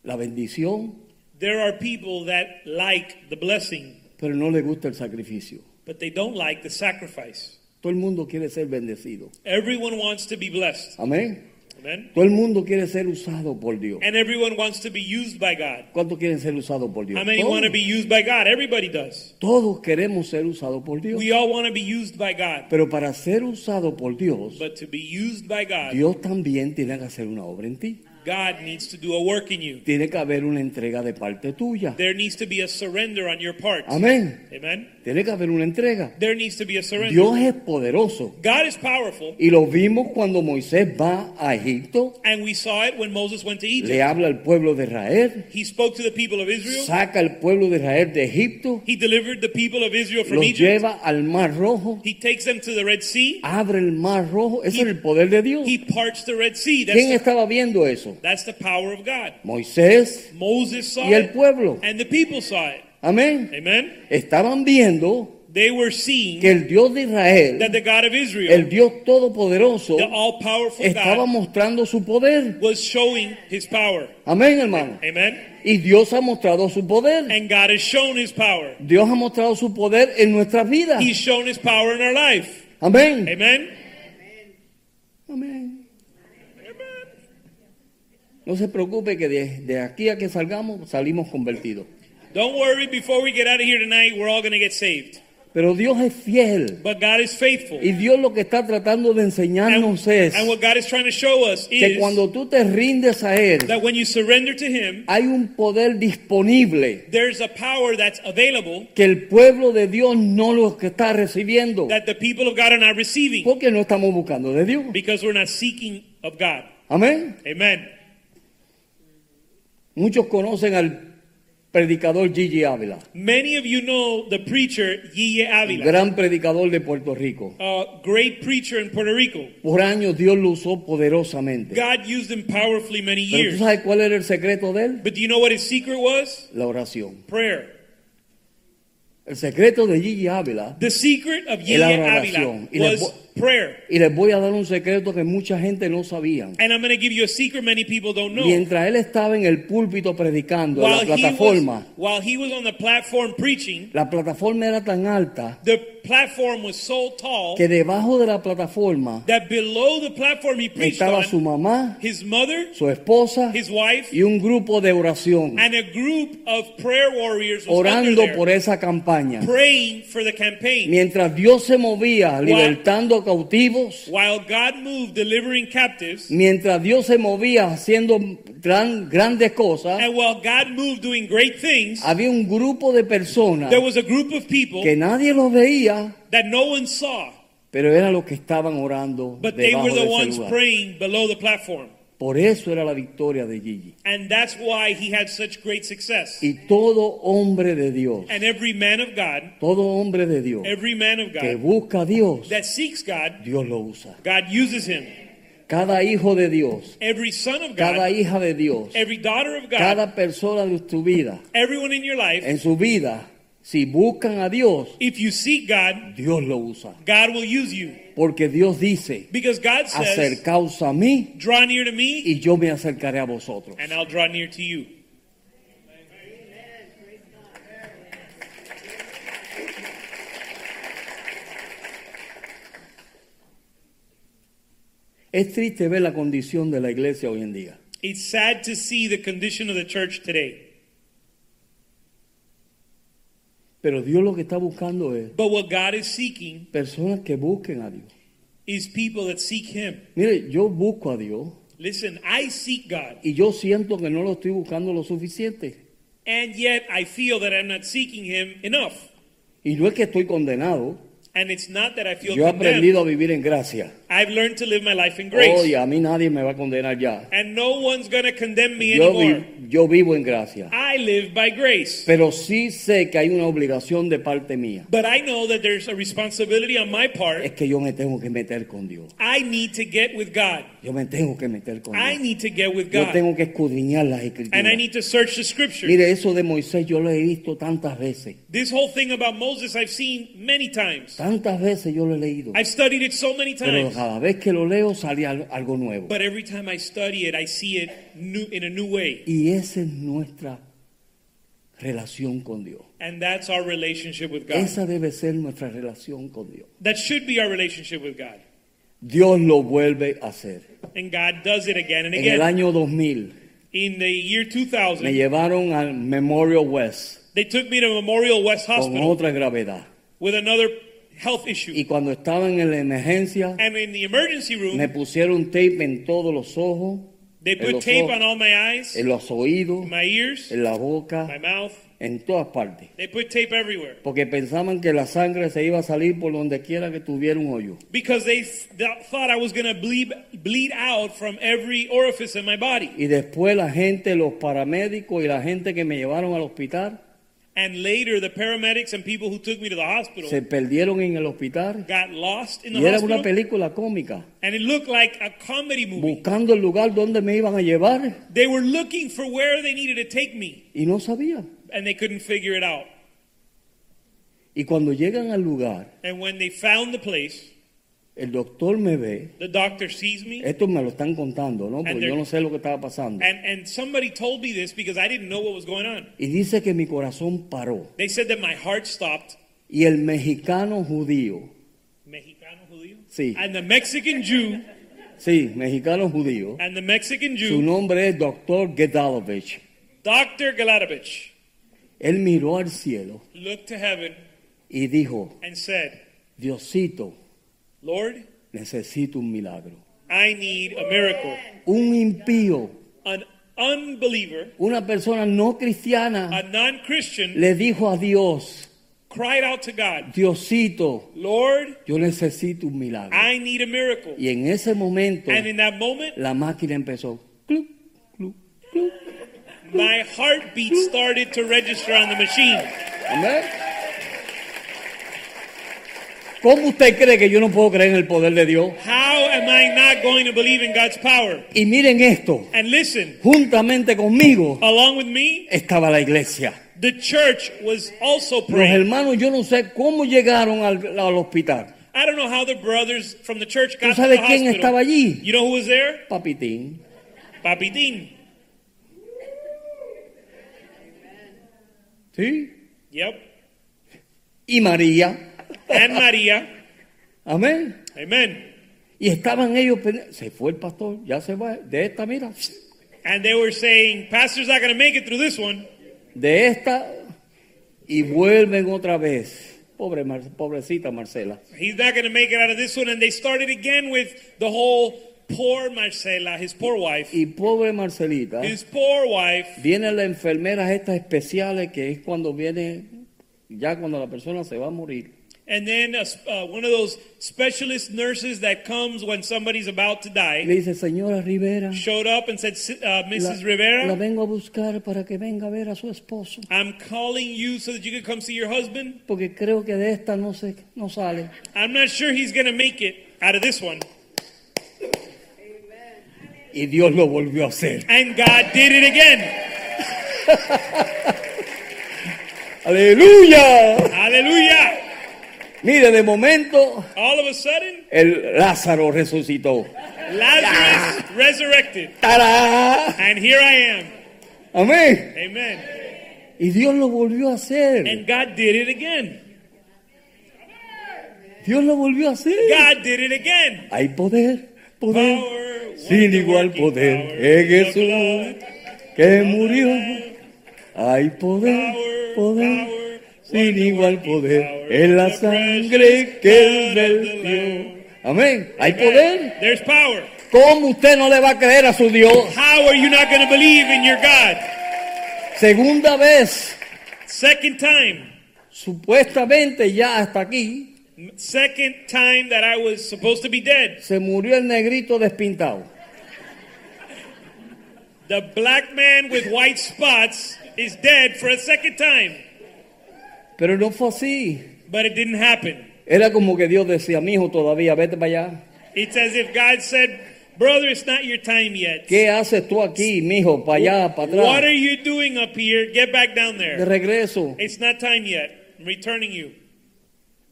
la bendición,
There are people that like the blessing,
pero no le gusta el sacrificio.
but they don't like the sacrifice.
Todo el mundo quiere ser bendecido.
Everyone wants to be blessed.
Amén.
Amen.
Todo el mundo quiere ser usado por Dios.
And everyone wants to be used by God.
¿Cuántos quieren ser usados por Dios?
How many want to be
Todos,
used by God? Everybody does.
Todos queremos ser usados por Dios.
We all want to be used by God.
Pero para ser usado por Dios,
But to be used by God,
Dios también tiene que hacer una obra en ti.
God needs to do a work in you.
Tiene que haber una entrega de parte tuya.
There needs to be a surrender on your part.
Amén.
Amen.
Tiene que haber una entrega.
There needs to be a surrender.
Dios es poderoso.
God is powerful,
Y lo vimos cuando Moisés va a Egipto,
and we saw it when Moses went to
le
Egypt.
habla al pueblo de Israel,
He spoke to the people of Israel.
saca al pueblo de Israel de Egipto,
He delivered the people of Israel from
los
Egypt.
lleva al Mar Rojo,
He takes them to the Red Sea.
abre el Mar Rojo. Ese era el poder de Dios.
He parts the Red Sea. That's
¿Quién
the,
estaba viendo eso?
that's the power of God.
Moisés
Moses saw
y el
it,
pueblo.
and the people saw it.
Amén.
Amen.
Estaban viendo
They were seeing
que el Dios de
that
Israel,
the God of Israel,
el Dios todopoderoso,
the all-powerful
estaba
God,
mostrando su poder.
was showing His power.
Amén, hermano.
Amen.
Y Dios ha mostrado su poder.
And God has shown His power.
Dios ha mostrado su poder en nuestras vidas.
He's shown His power in our life.
Amén.
Amen.
Amén. No se preocupe que de, de aquí a que salgamos salimos convertidos.
Don't worry. Before we get out of here tonight, we're all going to get saved.
Pero Dios es fiel.
But God is faithful.
Y Dios lo que está tratando de
And,
enseñarnos es
and what God is trying to show us
que
is
cuando tú te rindes a Él,
that when you surrender to Him,
hay un poder disponible
there's a power that's available
que el pueblo de Dios no lo que está recibiendo.
that the people of God are not receiving
Porque no estamos buscando de Dios.
because we're not seeking of God.
Amén.
Amen.
Muchos conocen al predicador Gigi Ávila,
Many of you know the preacher Yeye
el
Avila,
gran predicador de Puerto Rico.
a great preacher in Puerto Rico.
Por años Dios lo usó poderosamente.
God used him powerfully many
Pero tú
years.
sabes cuál era el secreto de él?
But do you know what his secret was?
La oración.
Prayer.
El secreto de Gigi Ávila.
The secret of Yeye
Era la
Avila
oración. Y la
was
bo-
prayer.
Y les voy a dar un secreto que mucha gente no sabía.
And I'm going to give you a secret many people don't know.
Mientras él estaba en el púlpito predicando, en la
While he, was,
plataforma,
while he was on the platform preaching,
la plataforma era tan alta
the platform was so tall
que debajo de la plataforma
that below the platform he preached
estaba
on,
su mamá,
his mother,
su esposa
his wife,
y un grupo de oración
and a group of prayer warriors was under
orando
there,
por esa campaña.
praying for the campaign.
Mientras Dios se movía libertando cautivos,
While God moved delivering captives,
mientras Dios se movía haciendo gran- grandes cosas,
and while God moved doing great things,
había un grupo de personas
there was a group of people
que nadie los veía,
that no one saw,
pero eran los que estaban orando
but they
debajo
were the
de ese
ones
lugar.
praying below the platform.
Por eso era la victoria de Gigi.
And that's why he had such great success.
Y todo hombre de Dios,
And every man of God,
todo hombre de Dios
every man of
que
God
busca a Dios,
that seeks God,
Dios lo usa.
God uses him.
Cada hijo de Dios,
Every son of
cada
God,
hija de Dios,
every daughter of God,
cada eh, persona de tu vida,
everyone in your life,
en su vida, si buscan a Dios,
if you seek God,
Dios lo usa.
God will use you.
Porque Dios dice,
Because God says,
acercaos a mí
draw near to me
y yo me acercaré a vosotros.
and I'll draw near to you.
Es triste ver la condición de la iglesia hoy en día.
It's sad to see the condition of the church today.
Pero Dios lo que está buscando es
But what God is seeking
personas que busquen a Dios.
is people that seek Him.
Mire, yo busco a Dios
Listen, I seek God,
y yo siento que no lo estoy buscando lo suficiente.
and yet I feel that I'm not seeking Him enough.
Y no es que estoy condenado.
And it's not that I feel
Yo he
condemned.
aprendido a vivir en gracia.
I've learned to live my life in
Hoy
grace.
a mí nadie me va a condenar ya.
And no one's going to condemn me
Yo,
anymore.
vi- yo vivo en gracia.
I live by grace.
Pero sí sé que hay una obligación de parte mía.
But I know that there's a responsibility on my part.
Es que yo me tengo que meter con Dios.
I need to get with God.
Yo me tengo que meter con
I
Dios.
need to get with
Yo
God.
tengo que escudriñar las
And I
escrituras.
need to search the scriptures.
Mire, eso de Moisés yo lo he visto tantas veces.
This whole thing about Moses I've seen many times.
Tantas veces yo lo he leído.
I've studied it so many
Pero
times.
cada vez que lo leo sale al- algo nuevo.
But every time I study it, I see it new in a new way.
Y esa es nuestra relación con Dios.
And that's our relationship with God.
Esa debe ser nuestra relación con Dios.
That should be our relationship with God.
Dios lo vuelve a hacer.
And God does it again and
En
again.
el año 2000
In the year
me
2000,
llevaron al Memorial West
they took me to Memorial West
con
Hospital
otra gravedad.
with another health issue.
Y cuando estaba en la emergencia
And in the emergency
me
room,
pusieron tape en todos los ojos,
they
en
put
los
tape
ojos.
on all my eyes,
en los oídos,
my ears,
en la
my
boca,
mouth.
en todas partes.
They put tape everywhere.
Porque pensaban que la sangre se iba a salir por donde quiera que tuviera un hoyo.
Because they th- thought I was going to bleed, bleed out from every orifice in my body.
Y después la gente, los paramédicos y la gente que me llevaron al hospital,
And later, the paramedics and people who took me to the hospital
se perdieron en el hospital.
got lost in the
Y era una
hospital.
película cómica,
And it looked like a comedy movie.
buscando el lugar donde me iban a llevar
They were looking for where they needed to take me,
y no sabían.
and they couldn't figure it out.
Y cuando llegan al lugar,
And when they found the place,
el doctor me ve.
the doctor sees me.
Esto me lo están contando, ¿no? Porque
And
yo
they're-
no sé lo que estaba pasando.
And, and somebody told me this because I didn't know what was going on.
Y dice que mi corazón paró.
They said that my heart stopped.
Y el mexicano judío,
Mexicano Julio?
Sí.
And the Mexican Jew,
sí, mexicano judío,
and the Mexican
su
Jew,
nombre es doctor Gedalovich.
Dr. Galadovich,
Él miró al cielo
looked to heaven
y dijo,
and said,
Diosito,
Lord,
necesito un milagro.
I need a miracle.
Un impío,
An unbeliever,
una persona no cristiana,
a non Christian,
Mm. le dijo a Dios,
cried out to God,
Diosito,
Lord,
yo necesito un milagro.
I need a miracle.
Y en ese momento
And in that moment,
la máquina empezó. cluc, cluc, cluc.
my heartbeat started to register on the machine.
Amén. ¿Cómo usted cree que yo no puedo creer en el poder de Dios?
How am I not going to believe in God's power?
Y miren esto,
And listen,
juntamente conmigo
along with me,
estaba la iglesia.
the church was also
Los
praying.
hermanos, yo no sé cómo llegaron al, al hospital.
I don't know how the brothers from the church
¿Tú
got to the
sabes quién
hospital.
estaba allí?
You know who was there?
Papitín.
Papitín.
¿Sí?
Yep.
Y María.
And Maria.
Amén.
Amen.
Y estaban ellos. pen- Se fue el pastor, ya se va. De esta, mira.
And they were saying, Pastor's not going to make it through this one.
De esta. Y vuelven otra vez. Pobre Mar- pobrecita Marcela.
He's not going to make it out of this one. And they started again with the whole poor Marcela, his poor wife.
Y pobre Marcelita.
His poor wife.
Vienen las enfermeras estas especiales que es cuando viene, ya cuando la persona se va a morir.
And then a s- uh, one of those specialist nurses that comes when somebody's about to
Le
die
dice, señora Rivera,
showed up and said, "S- uh,
la,
Mrs.
la
Rivera,
vengo a buscar para que venga a ver a su esposo,
I'm calling you so that you can come see your husband.
porque creo que de esta no, se, no sale.
I'm not sure he's going to make it out of this one.
Y Dios lo volvió a hacer.
And God did it again.
Aleluya.
Hallelujah.
Mire, de momento
All of a sudden,
el Lázaro resucitó.
Lazarus resurrected.
¡Tará!
And here I am.
Amén.
Amen.
Y Dios lo volvió a hacer.
And God did it again.
Dios lo volvió a hacer.
God did it again.
Hay poder, poder.
Power,
Sin igual
wonder-working
poder
power
en
of the
Jesús
Lord.
que murió. Hay poder,
Power,
poder.
power,
Sin igual
wonder-working
poder
power
en la
of the precious
sangre que
blood
Él
of the Lamb.
vertió. Amén. Hay poder.
Amen. There's power.
¿Cómo usted no le va a creer a su Dios?
How are you not going to believe in your God?
Segunda vez.
Second time.
Supuestamente ya hasta aquí
Second time that I was supposed to be dead.
se murió el negrito despintado.
The black man with white spots is dead for a second time.
Pero no fue así.
But it didn't happen.
Era como que Dios decía, mi hijo, todavía vete para allá.
It's as if God said, Brother, it's not your time yet.
¿Qué haces tú aquí, mi hijo? Para allá, para
What are
atrás.
you doing up here? Get back down
De
there.
regreso.
It's not time yet. I'm returning you.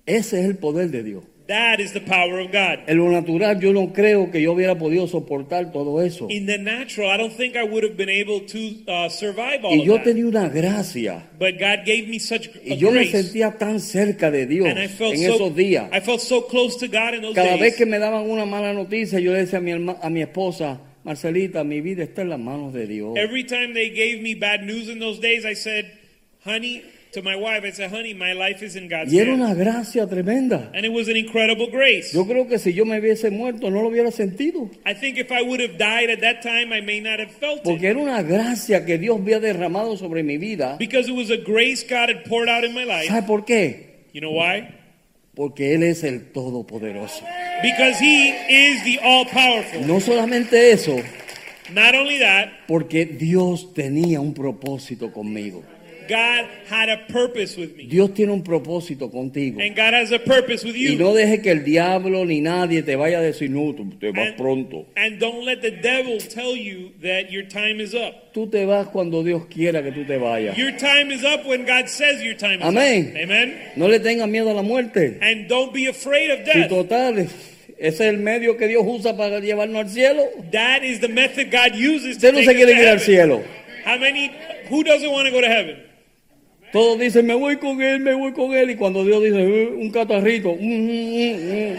Ese es el poder de Dios.
That is the power of God.
En lo natural yo no creo que yo hubiera podido soportar todo eso.
In the natural, I don't think I would have been able to uh, survive all
Y yo
of that.
tenía una gracia.
But God gave me such gr-
Y
a
yo me
grace.
sentía tan cerca de Dios
And I felt
en
so,
esos días.
I felt so close to God in those
Cada vez
days.
que me daban una mala noticia, yo le decía a mi, herma- a mi esposa, Marcelita, mi vida está en las manos de Dios.
Every time they gave me bad news in those days, I said, honey, to my wife, I said, honey, my life is in God's
Y era
hands.
una gracia tremenda.
And it was an incredible grace.
Yo creo que si yo me hubiese muerto no lo hubiera sentido.
I think if I would have died at that time, I may not have felt
Porque
it.
era una gracia que Dios había derramado sobre mi vida.
Because it was a grace God had poured out in my life.
¿Sabe por qué?
You know why?
Porque Él es el Todopoderoso.
Because He is the all powerful.
No solamente eso,
Not only that,
porque Dios tenía un propósito conmigo.
God had a purpose with me.
Dios tiene un propósito contigo.
And God has a purpose with
Y
you.
no deje que el diablo ni nadie te vaya a decir, no, tú te vas
And-
pronto.
And don't let the devil tell you that your time is up.
Tú te vas cuando Dios quiera que tú te vayas.
Your time is up when God says your time is
Amén.
up. Amen.
No le tengas miedo a la muerte.
And don't be afraid of
Y
death.
total, ese es el medio que Dios usa para llevarnos al cielo.
That is the method God uses to
Usted no
take
se
us
quiere
to
ir al
heaven.
cielo.
How many? Who doesn't want to go to heaven?
Todos dicen, me voy con él, me voy con él. Y cuando Dios dice, "Eh, un catarrito, mm, mm, mm".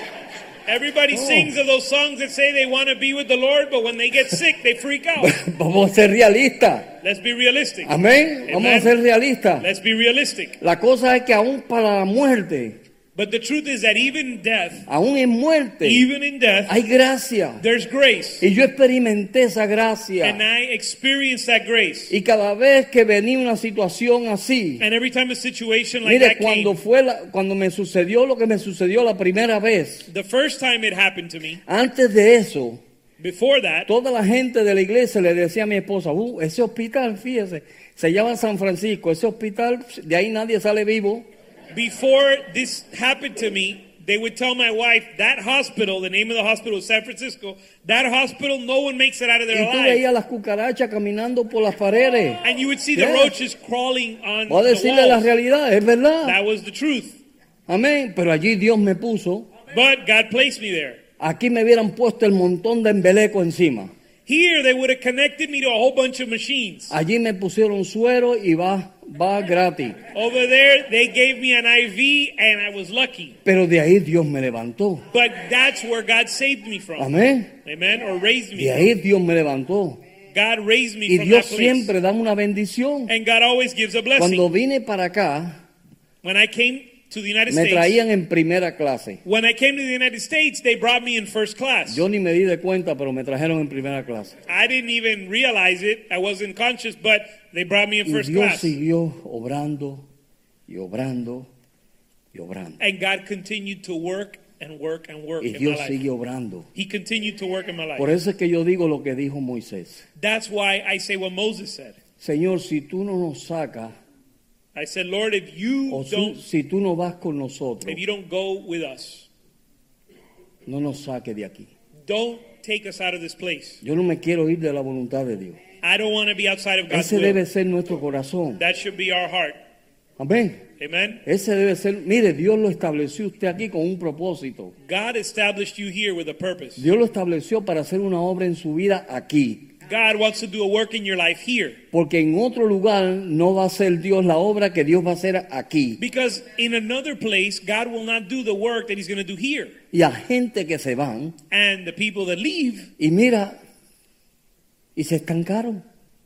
Everybody sings of those songs that say they want to be with the Lord, but when they get sick, they freak out.
vamos a ser realistas.
Let's be realistic.
Amén. Vamos a
Amen.
ser realistas.
Let's be realistic.
La cosa es que aún para la muerte,
But the truth is that even in death,
aún en muerte,
even in death,
hay gracia.
there's grace.
Y yo experimenté esa
And
gracia.
I experienced that grace.
Y cada vez que venía una situación así,
And every time a situation like
mire,
that
cuando
came,
fue la- cuando me sucedió lo que me sucedió la primera vez,
the first time it happened to me,
Antes de eso,
before that,
toda la gente de la iglesia le decía a mi esposa, "Uh, ese hospital, fíjese, se llama San Francisco, ese hospital, de ahí nadie sale vivo.
before this happened to me, they would tell my wife that hospital, the name of the hospital is San Francisco, that hospital, no one makes it out of
Y
there
tú
alive.
veías las cucarachas caminando por las paredes.
And you would see
Yeah.
the roaches crawling on
Voy a
the
decirle la
walls.
realidad, es verdad.
That was the truth.
Amén. Pero allí Dios me puso,
But God placed me there.
aquí me hubieran puesto el montón de embeleco encima.
Here, they would have connected me to a whole bunch of machines.
Allí me pusieron suero y va, va gratis.
Over there, they gave me an IV, and I was lucky.
Pero de ahí Dios me levantó.
But that's where God saved me from.
Amén.
Amen? Or raised me.
De ahí Dios me levantó.
God raised me
Y
from
Dios
that place.
siempre da una bendición.
And God always gives a blessing.
Cuando vine para acá,
when I came to the United
me
States,
traían en primera clase.
when I came to the United States, they brought me in first class.
Yo ni me di de cuenta, pero me trajeron en primera clase.
I didn't even realize it. I wasn't conscious, but they brought me in
Y
first
Dios
class.
siguió obrando y obrando y y obrando.
And God continued to work and work and work
Y
in my
Dios
life.
sigue obrando.
He continued to work in my life.
Por eso es que yo digo lo que dijo Moisés.
That's why I say what Moses said.
Señor, si tú no nos sacas,
I said, Lord, if you
o su-
don't,
si tú no vas con nosotros,
if you don't go with us,
no nos saques de aquí.
don't take us out of this place.
Yo no me quiero ir de la voluntad de Dios.
I don't want to be outside of God's
Ese
will.
debe ser nuestro corazón.
That should be our heart.
Amén.
Amen.
Ese debe ser, mire, Dios lo estableció usted aquí con un propósito.
God established you here with a purpose.
Dios lo estableció para hacer una obra en su vida aquí.
God wants to do a work in your life here.
Porque en otro lugar no va a ser Dios la obra que Dios va a hacer aquí.
Because in another place, God will not do the work that He's going to do here.
Y a gente que se van
And the people that leave,
y mira, y se estancaron.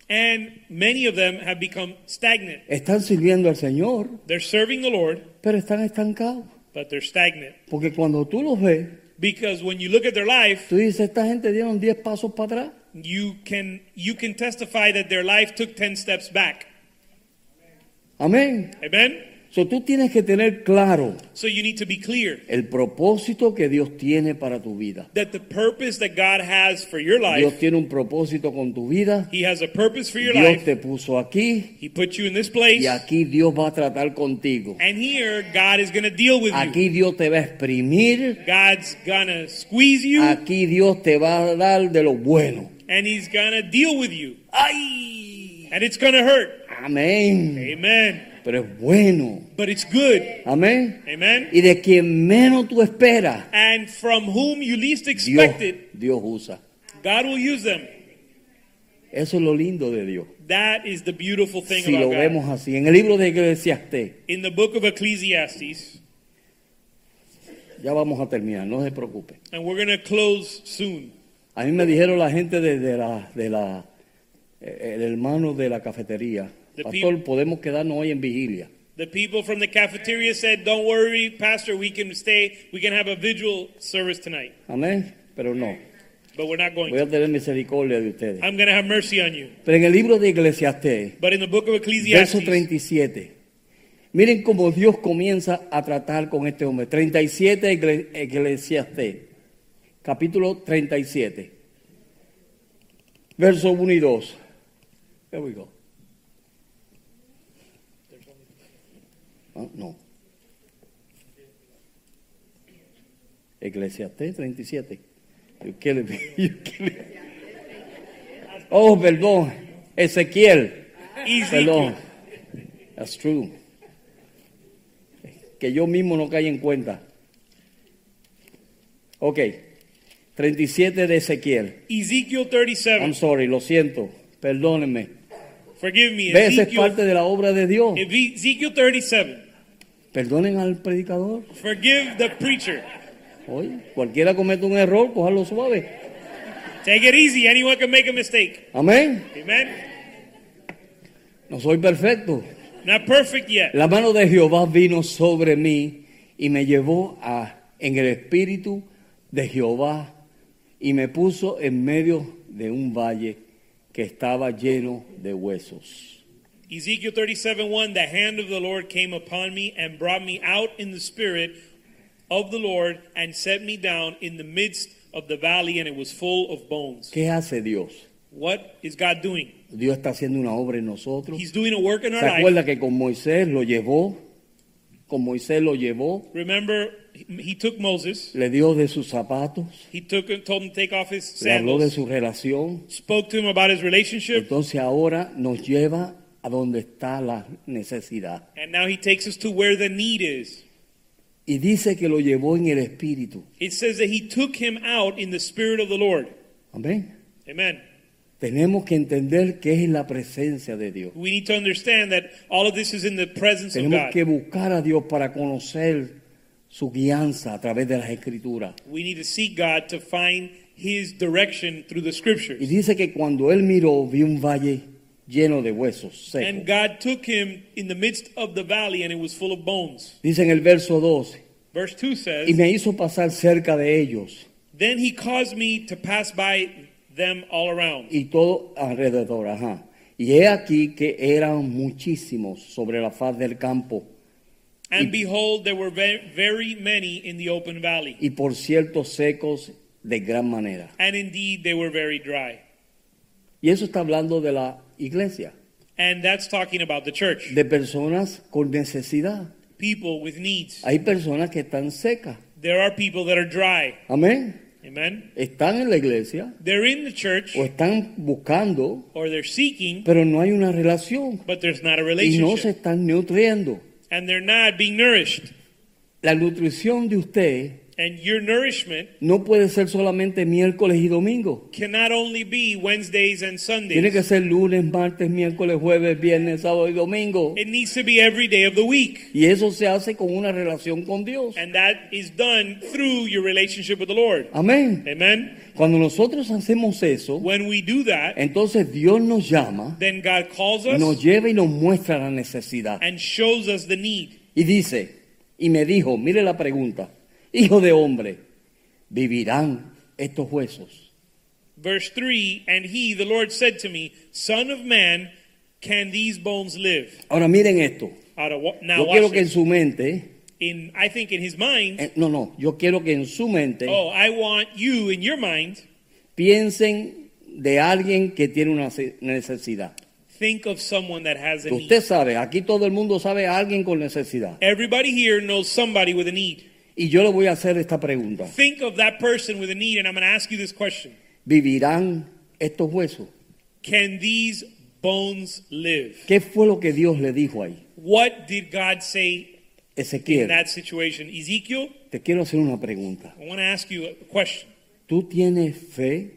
and many of them have become stagnant.
Están sirviendo al Señor,
They're serving the Lord,
pero están estancados.
but they're stagnant.
Porque cuando tú los ves,
Because when you look at their life,
tú dices, esta gente dieron 10 pasos para atrás.
you can you can testify that their life took 10 steps back.
Amén.
Amen.
So, tú tienes que tener claro
So you need to be clear
el propósito que Dios tiene para tu vida.
that the purpose that God has for your
Dios
life,
tiene un propósito con tu vida.
he has a purpose for your
Dios
life.
te puso aquí
He put you in this place
y aquí Dios va a tratar contigo.
and here God is going to deal with you.
Aquí Dios te va a exprimir.
God's going to squeeze you
Aquí Dios te va a dar de lo bueno.
and he's going to deal with you
¡Ay!
and it's going to hurt.
Amén.
Amen.
Pero es bueno.
But it's good.
Amén.
Amen.
Y de quien menos tú esperas,
And from whom you least
Dios,
expect it,
Dios usa.
God will use them.
Eso es lo lindo de Dios.
That is the beautiful thing
Si lo
about God.
vemos así. En el libro de Eclesiastés,
In the book of Ecclesiastes,
ya vamos a terminar, no se preocupe.
and we're going to close soon.
A mí me dijeron la gente de, de la, de la eh, el hermano de la cafetería,
The
pastor,
people-
podemos quedarnos hoy en vigilia.
The people from the cafeteria said, Don't worry, Pastor, we can stay. We can have a vigil service tonight,
Amén. Pero no,
but we're not going
voy
to.
a tener misericordia de ustedes.
I'm going to have mercy on you.
Pero en el libro de Eclesiastés,
But in the book of
verso
Ecclesiastes,
37, miren cómo Dios comienza a tratar con este hombre. 37 Ecle- Eclesiastés, capítulo 37, verso 1 y 2. There we go. Ah, no. Eclesiastés 37. You killing me. You killing me. Oh, perdón. Ezequiel.
Ezekiel,
Perdón. That's true. Que yo mismo no caí en cuenta. Ok. 37 de Ezequiel.
Ezekiel
I'm
37.
sorry, lo siento. Perdónenme.
Forgive me.
Ve, esa es parte
Ezekiel,
de la obra de Dios.
Ezekiel 37.
Perdonen al predicador.
Forgive the preacher.
Oye, cualquiera comete un error, cójalo suave.
Take it easy. Anyone can make a mistake.
Amén.
Amen.
No soy perfecto.
Not perfect yet.
La mano de Jehová vino sobre mí y me llevó a, en el espíritu de Jehová y me puso en medio de un valle que estaba lleno de huesos.
Ezekiel 37 1 The hand of the Lord came upon me and brought me out in the spirit of the Lord and set me down in the midst of the valley, and it was full of bones.
¿Qué hace Dios?
What is God doing?
Dios está haciendo una obra en nosotros.
He's doing a work in our
¿Se
life.
acuerda que con Moisés lo llevó? Con Moisés lo llevó,
Remember, he he took Moses,
le dio de sus zapatos,
he took him, told him to take off his
le habló de
sandals,
su relación.
spoke to him about his relationship,
Entonces ahora nos lleva a donde está la necesidad.
and now he takes us to where the need is.
Y dice que lo llevó en el espíritu.
It says that he took him out in the spirit of the Lord.
Amén.
Amen.
Tenemos que entender que es la presencia de Dios.
We need to understand that all of this is in the presence of
Tenemos
oh God.
que buscar a Dios para conocer su guianza a través de las escrituras.
We need to seek God to find His direction through the
Y
scriptures.
dice que cuando él miró, vio un valle lleno de huesos
And
secos.
God took him in the midst of the valley, and it was full of bones.
Dice en el verso 12,
Verse 2
y
says,
me hizo pasar cerca de ellos
Then he caused me to pass by them all around,
y todo alrededor, ajá. Y he aquí que eran muchísimos sobre la faz del campo
And behold, there were ve- very many in the open valley,
y por cierto secos de gran manera.
and indeed they were very dry.
Y eso está hablando de la iglesia,
And that's talking about the church.
de personas con necesidad.
People with needs.
Hay personas que están secas.
There are people that are dry.
Amén.
Amen.
Están en la iglesia
They're in the church
o están buscando,
or they're seeking,
pero no hay una relación
but there's not a
y no se
relationship.
están nutriendo.
And they're not being nourished.
La nutrición de usted
And your nourishment
no puede ser solamente miércoles y domingo.
cannot only be Wednesdays and
Tiene que
Sundays.
ser lunes, martes, miércoles, jueves, viernes, sábado y domingo.
It needs to be every day of the week.
Y eso se hace con una relación con Dios.
And that is done through your relationship with the Lord.
Amén.
Amen.
Cuando nosotros hacemos eso,
When we do that,
entonces Dios nos llama,
then God calls
nos
us
lleva y nos muestra la necesidad.
and shows us the need.
Y dice, y me dijo, mire la pregunta, hijo de hombre, ¿vivirán estos huesos?
Verse 3 And he, the Lord, said to me, Son of man, can these bones live?
Ahora miren esto.
Out of wa- now,
Yo
watch
quiero que en
this.
su mente,
In, I think in his mind,
eh, no, no, yo quiero que en su mente
oh, I want you in your mind,
piensen de alguien que tiene una ce- necesidad.
think of someone that has a
Usted
need.
sabe, aquí todo el mundo sabe a alguien con necesidad.
Everybody here knows somebody with a need.
Y yo le voy a hacer esta pregunta.
Think of that person with a need, and I'm going to ask you this question
¿Vivirán estos huesos?
Can these bones live?
¿Qué fue lo que Dios le dijo ahí?
What did God say in
Ezequiel,
that situation? Ezekiel,
te quiero hacer una pregunta.
I want to ask you a question.
¿Tú tienes fe?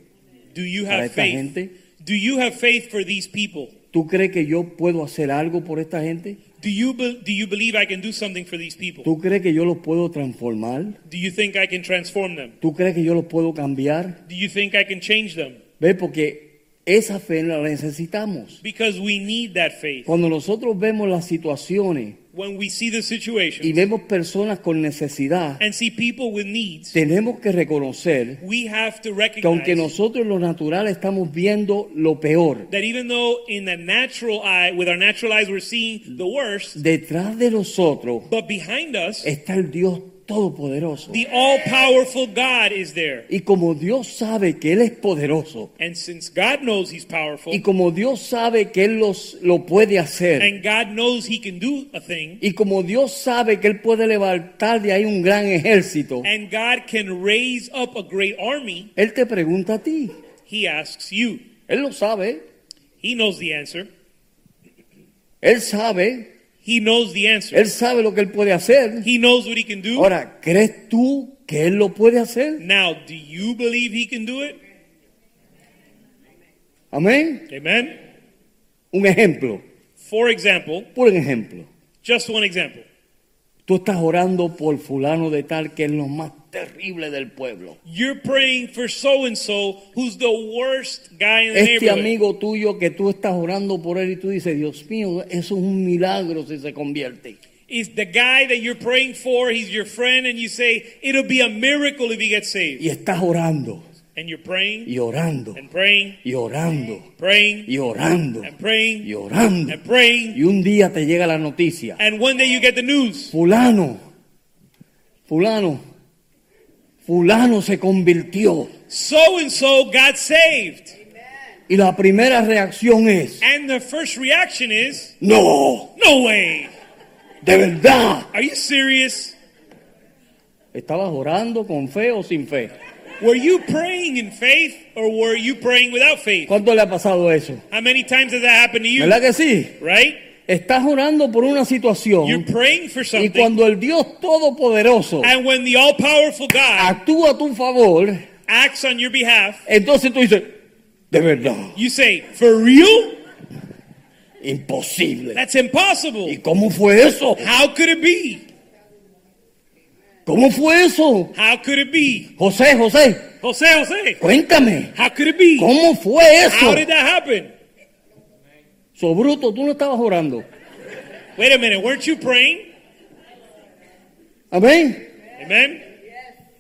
Do you
Para
have
esta
faith?
gente.
Do you have faith for these people?
¿Tú crees que yo puedo hacer algo por esta gente?
Do you be, do you believe I can do something for these people?
¿Tú crees que yo los puedo transformar?
Do you think I can transform them?
¿Tú crees que yo los puedo cambiar?
Do you think I can change them?
¿Ves? Porque esa fe la necesitamos.
Because we need that faith.
Cuando nosotros vemos las situaciones
When we see the
y
situation
vemos personas con necesidad,
and see people with needs,
tenemos que reconocer
we have to
que aunque
recognize
nosotros los naturales estamos viendo lo peor,
that even though in the natural eye, with our natural eyes, we're seeing the worst,
detrás de nosotros
but behind us,
está el Dios Todopoderoso.
the all powerful God is there.
Y como Dios sabe que Él es poderoso,
And since God knows He's powerful
y como Dios sabe que Él los, lo puede hacer,
and God knows He can do a thing,
y como Dios sabe que Él puede levantar de ahí un gran ejército,
and God can raise up a great army,
Él te pregunta a ti.
He asks you.
Él lo sabe.
He knows the answer.
Él sabe.
He knows the answer.
Él sabe lo que Él puede hacer.
He knows what he can do.
Ahora, ¿crees tú que Él lo puede hacer?
Now, do you believe he can do it?
Amén.
Amen.
Un ejemplo.
For example,
Por ejemplo.
just one example.
Tú estás orando por fulano de tal que es lo más terrible del pueblo.
You're praying for so and so who's the worst guy in the
Este
neighborhood.
amigo tuyo que tú estás orando por él y tú dices, Dios mío, eso es un milagro si se convierte.
Is the guy that you're praying for, he's your friend, and you say, it'll be a miracle if he gets saved.
Y estás orando,
And you're praying
y orando,
and praying,
y orando,
praying
y orando,
and praying
y orando.
and praying.
Y un día te llega la noticia.
And one day you get the news.
Fulano, fulano, fulano se convirtió.
So and so got saved.
Y la primera reacción es,
And the first reaction is,
no,
no way.
de verdad.
Are you serious?
¿Estabas orando con fe o sin fe?
Were you praying in faith or were you praying without faith?
¿Cuánto le ha pasado eso?
How many times has that happened to you?
¿Verdad que sí?
Right?
Estás orando por una
You're
situación
praying for
y
something.
cuando el Dios Todopoderoso
And when the all powerful God
actúa a tu favor,
acts on your behalf,
entonces tú dices, de verdad,
you say, For real?
imposible.
That's impossible.
¿Y cómo fue eso?
How could it be?
¿Cómo fue eso?
How could it be?
José, José,
Jose, Jose,
cuéntame,
how could it be?
¿cómo fue
How
eso?
did that happen?
So, bruto, tú no estabas orando.
Wait a minute, weren't you praying?
Amén.
Amen?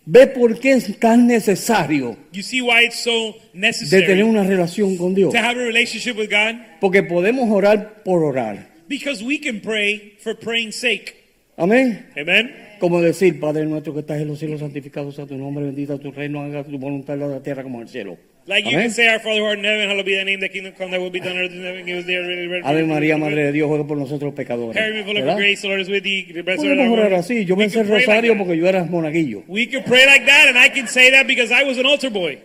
Ve por qué es tan necesario
You see why it's so
de tener
necessary
una relación con Dios.
to have a relationship with God?
Porque podemos orar por orar.
Because we can pray for praying's sake.
Amén.
Amen?
Como decir, Padre nuestro que estás en los cielos, santificado sea tu nombre, bendita tu reino, haga tu voluntad en la tierra como en el cielo.
Like you
Amén.
can say, Our Father who art in heaven, hallowed be thy name, thy kingdom come, thy will be done on earth as in heaven. Give us the
Ave María, Madre de Dios, juega por nosotros pecadores.
Harry, full of
¿Verdad?
grace, the Lord is with thee. The best of
Podemos orar así. Yo
We
me sé
can
el
pray like
rosario
that.
porque yo era monaguillo.
We can pray like that, and I can say that because I was an altar boy.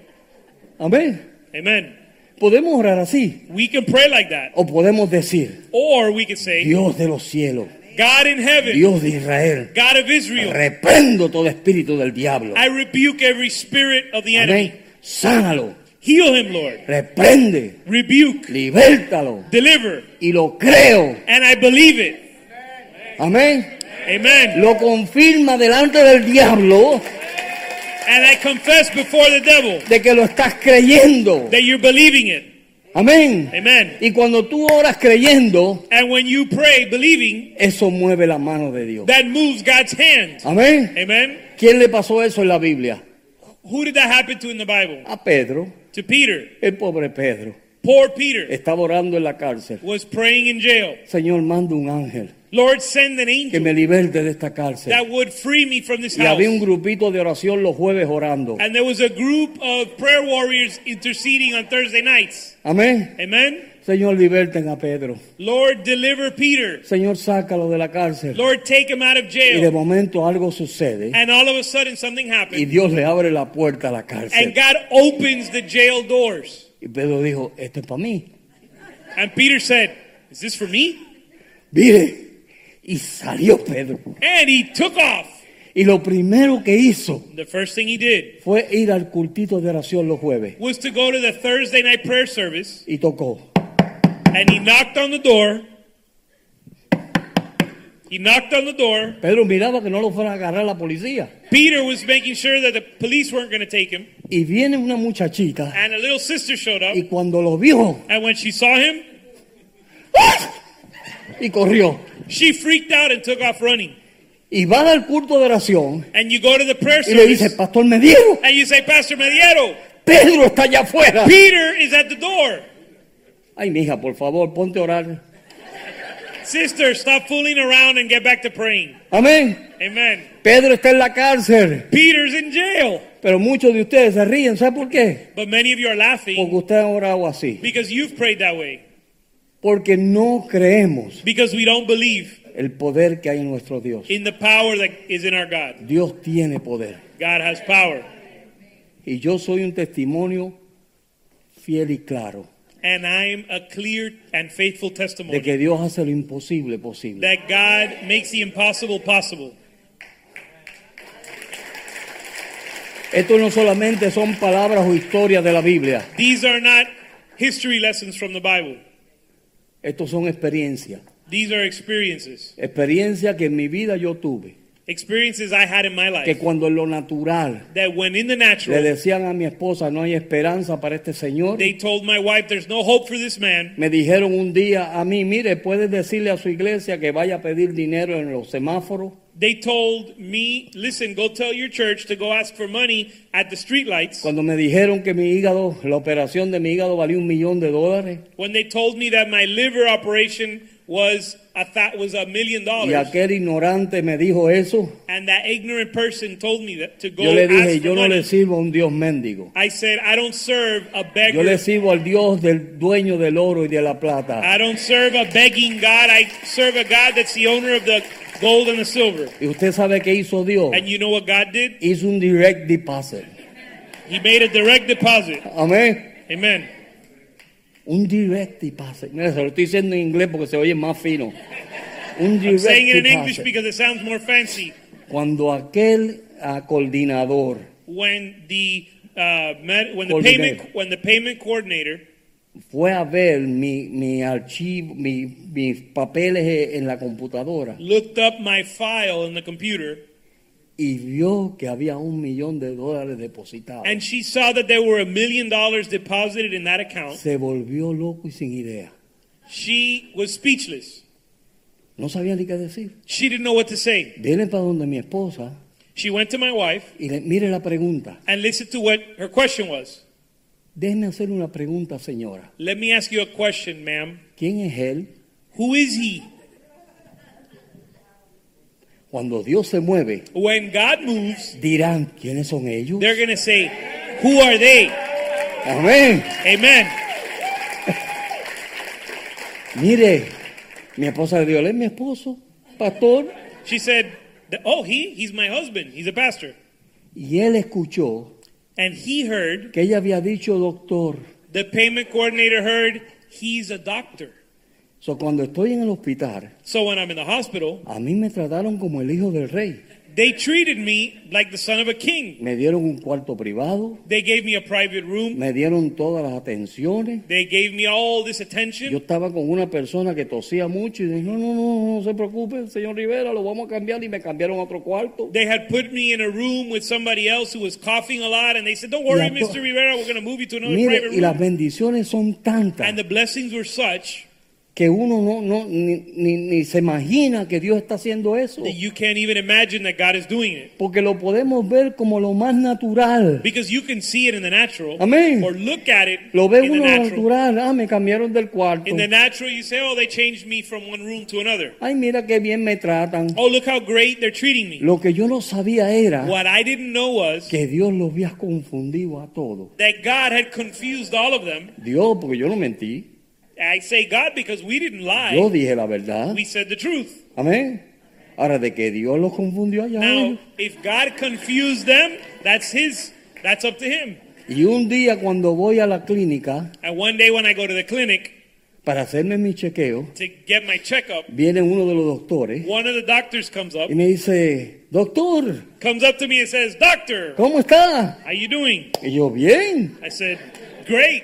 Amén.
Amen.
Podemos orar así.
We can pray like that.
O podemos decir,
Or we can say,
Dios de los cielos,
God in heaven,
Dios de Israel,
God of Israel,
reprendo todo espíritu del diablo.
I rebuke every spirit of the enemy.
Amén. Sánalo,
Heal him, Lord.
reprende,
Rebuke,
libértalo.
deliver,
Y lo creo.
and I believe it.
Amén.
Amen.
Lo confirma delante del diablo
And I confess before the devil
de que lo estás creyendo.
that you're believing it.
Amén.
Amen.
Y cuando tú oras creyendo,
And when you pray believing,
eso mueve la mano de Dios.
that moves God's hand.
Amén.
Amen.
¿Quién le pasó eso en la Biblia?
Who did that happen to in the Bible?
A Pedro,
To Peter.
el pobre Pedro.
Poor Peter
Estaba orando en la cárcel.
was praying in jail.
Señor, manda un ángel
Lord, send an
que
angel
me liberte de esta cárcel.
that would free me from this
Y
house.
había un grupito de oración los jueves orando.
And there was a group of prayer warriors interceding on Thursday nights.
Amén.
Amen.
Señor, liberten a Pedro.
Lord, deliver Peter.
Señor, sácalo de la cárcel.
Lord, take him out of
Y de
jail.
momento algo sucede
And all of a sudden, something
y
happened.
Dios le abre la puerta a la
And
cárcel.
God opens the jail doors.
Y Pedro dijo, esto es para mí.
And Peter said, Is this for me?
Mire. Y salió Pedro.
And he took off.
Y lo primero que hizo
The first thing he did
fue ir al cultito de oración los jueves.
was to go to the Thursday night prayer service.
Y tocó.
And he knocked on the door. He knocked on the door.
Pedro miraba que no lo fuera a agarrar la policía.
Peter was making sure that the police weren't going to take him.
Y viene una muchachita
And a little sister showed up.
y cuando lo vio
And when she saw him,
y corrió.
she freaked out and took off running.
Y van al culto de oración
And you go to the prayer
y le dice,
service.
pastor, me dieron.
And you say, Pastor Mediero,
Pedro está allá afuera.
Peter is at the door.
Ay, mija, por favor, ponte a orar.
Sister, stop fooling around and get back to praying.
Amén.
Amen.
Pedro está en la cárcel.
Peter's in jail.
Pero muchos de ustedes se ríen. ¿Sabe por qué?
But many of you are
Porque
laughing
ustedes han orado así.
because you've prayed that way.
Porque no creemos
Because we don't believe
el poder que hay en nuestro Dios.
in the power that is in our God.
Dios tiene poder.
God has power.
Y yo soy un testimonio fiel y claro
And I'm a clear and faithful
de
testimony
que Dios hace lo imposible posible.
that God makes the impossible possible.
Esto no solamente son palabras o historias de la Biblia.
These are not history lessons from the Bible.
Estos son experiencias.
These are experiences.
Experiencias que en mi vida yo tuve.
Experiences I had in my
Que
life
cuando en lo natural
that when in the
le
natural,
decían a mi esposa, no hay esperanza para este señor.
they told my wife, There's no hope for this man.
Me dijeron un día a mí, mire, puedes decirle a su iglesia que vaya a pedir dinero en los semáforos.
They told me, Listen, go tell your church to go ask for money at the streetlights.
Cuando me dijeron que mi hígado, la operación de mi hígado valía un millón de dólares.
When they told me that my liver operation was, I thought was a million
Y
dollars.
aquel ignorante me dijo eso.
And that ignorant person told me that to go
Yo le dije,
ask for
yo no
money.
le sirvo a un Dios mendigo.
I said, I don't serve a
Yo
beggar.
le sirvo al Dios del dueño del oro y de la plata.
I don't serve a begging God. I serve a God that's the owner of the gold and the silver.
Y usted sabe qué hizo Dios.
And you know what God did?
Hizo un direct deposit.
He made a direct deposit.
Amén.
Amen.
Un direct deposit. Mira, se lo estoy diciendo en inglés porque se oye más fino. Un
I'm saying it in
direct
English
deposit.
because it sounds more fancy.
Cuando aquel ah, coordinador
When the uh, med- when the
Coordinator.
payment when the payment coordinator
fue a ver mi, mi archivo, mi- mis papeles eh, en la computadora
looked up my file in the computer
y vio que había un millón de dólares depositados,
and she saw that there were a million dollars deposited in that account,
se volvió loco y sin idea.
she was speechless.
No sabía ni qué decir.
She didn't know what to say.
Viene para donde mi esposa
She went to my wife
y le mire la pregunta.
and listened to what her question was.
Déjeme hacer una pregunta, señora.
Let me ask you a question, ma'am.
¿Quién es él?
Who is he?
Cuando Dios se mueve,
When God moves,
dirán, ¿quiénes son ellos?
they're going to say, Who are they?
Amén.
Amen.
Mire, mi esposa le dijo, él es mi esposo, pastor.
She said, Oh, he? He's my husband. He's a pastor.
Y él escuchó
And he heard,
que ella había dicho doctor.
the payment coordinator heard, He's a doctor.
So, cuando estoy en el hospital,
So when I'm in the hospital,
a mí me trataron como el hijo del rey.
they treated me like the son of a king.
Me dieron un cuarto privado,
They gave me a private room.
me dieron todas las atenciones.
They gave me all this attention.
Yo estaba con una persona que tosía mucho y dije, no, no, no, no se preocupe, señor Rivera, lo vamos a cambiar y me cambiaron a otro cuarto.
They had put me in a room with somebody else who was coughing a lot, and they said, Don't worry,
Y la-
Mr. Rivera, we're going to move you to another
Mire,
private
y las
room.
bendiciones son tantas
And the blessings were such
que uno no, no ni, ni- ni se imagina que Dios está haciendo eso.
that you can't even imagine that God is doing it.
Porque lo podemos ver como lo más natural.
Because you can see it in the natural,
Amén.
or look at it
Lo ve
in the
uno
natural.
natural. Ah, me cambiaron del cuarto.
In the natural, you say, Oh, they changed me from one room to another.
Ay, mira qué bien me tratan.
Oh, look how great they're treating me.
Lo que yo no sabía era
What I didn't know was
que Dios los había confundido a todos.
that God had confused all of them.
Dios, porque yo no mentí.
I say God because we didn't
Yo
lie,
dije la verdad.
we said the truth.
Amén. Ahora, de que Dios los confundió allá.
Now, if God confused them, that's his, that's up to him.
Y un día cuando voy a la clínica
And one day when I go to the clinic
para hacerme mi chequeo,
to get my checkup,
viene uno de los doctores
one of the doctors comes up,
y me dice, doctor,
comes up to me and says, "Doctor,
¿cómo está?
how you doing?"
Y yo, bien.
I said, "Great."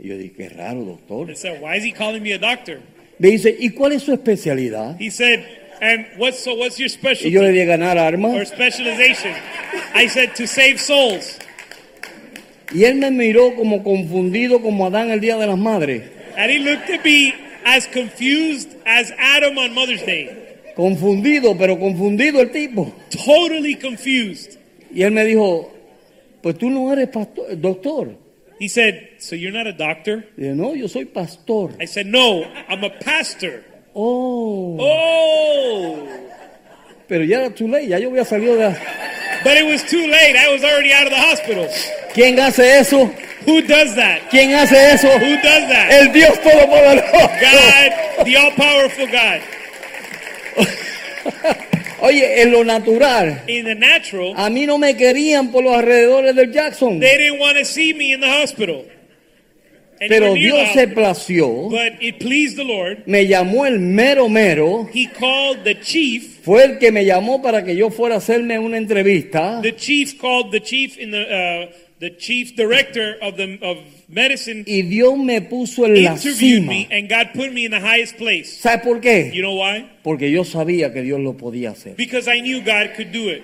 Y yo dije, qué raro, doctor.
I said, "Why is he calling me a doctor?"
Me dice, ¿y cuál es su especialidad?
He said, "And what's so what's your
Y yo
specialty
le dije, ganar
or
armas.
specialization?" I said, "To save souls."
Y él me miró como confundido como Adán el Día de las Madres.
And he looked to be as confused as Adam on Mother's Day.
Confundido, pero confundido el tipo.
Totally confused.
Y él me dijo, pues tú no eres pastor, doctor.
He said, So you're not a doctor?
Y yo, no, yo soy pastor.
I said, No, I'm a pastor.
Oh,
Oh!
pero ya era tu ley, ya yo había salido de... la-
But it was too late. I was already out of the hospital.
¿Quién hace eso?
Who does that?
¿Quién hace eso?
Who does that?
El Dios Todopoderoso.
God, the all powerful God.
Oye, en lo natural,
In the natural,
a mí no me querían por los alrededores del Jackson.
they didn't want to see me in the hospital. Anywhere
Pero
near
Dios
the
se
hospital.
plació,
But it pleased the Lord.
me llamó el mero mero,
He called the chief
fue el que me llamó para que yo fuera a hacerme una entrevista.
the chief called the chief in the uh, the chief director of the of medicine
Y Dios me puso en la
interviewed
cima.
me and God put me in the highest place.
¿Sabes por qué?
You know why?
Porque yo sabía que Dios lo podía hacer.
Because I knew God could do it.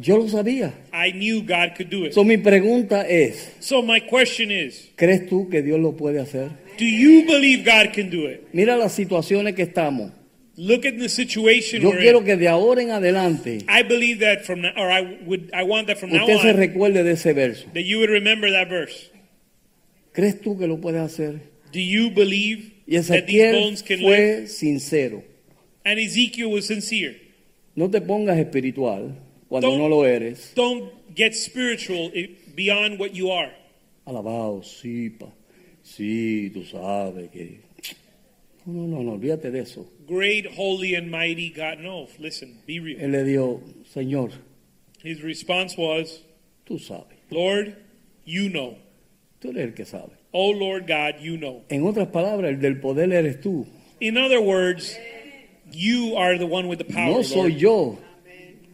Yo lo sabía.
I knew God could do it.
So, mi pregunta es,
So my question is,
¿crees tú que Dios lo puede hacer?
do you believe God can do it?
Mira las situaciones que estamos.
Look at the situation
Yo
we're
quiero
in.
que de ahora en adelante
I believe that from now, or I would, I want that from now
usted se
on,
recuerde de ese verso.
that you would remember that verse.
¿Crees tú que lo puedes hacer?
Do you believe
Y
that these
Ezequiel
bones can live?
fue sincero.
And Ezekiel was sincere.
No te pongas espiritual cuando
Don't-
no lo eres.
Don't get spiritual eh, beyond what you are.
Alabado, sí, pa. Sí, tú sabes que. No, no, no, no, olvídate de eso.
Great, holy, and mighty God. No, listen, be real.
Él le dijo, Señor,
His response was,
tú sabes,
Lord, you know.
tú eres el que sabe.
Oh, Lord God, you know.
En otras palabras, el del poder eres tú,
In other words, you are the one with the power.
no soy
Lord.
yo.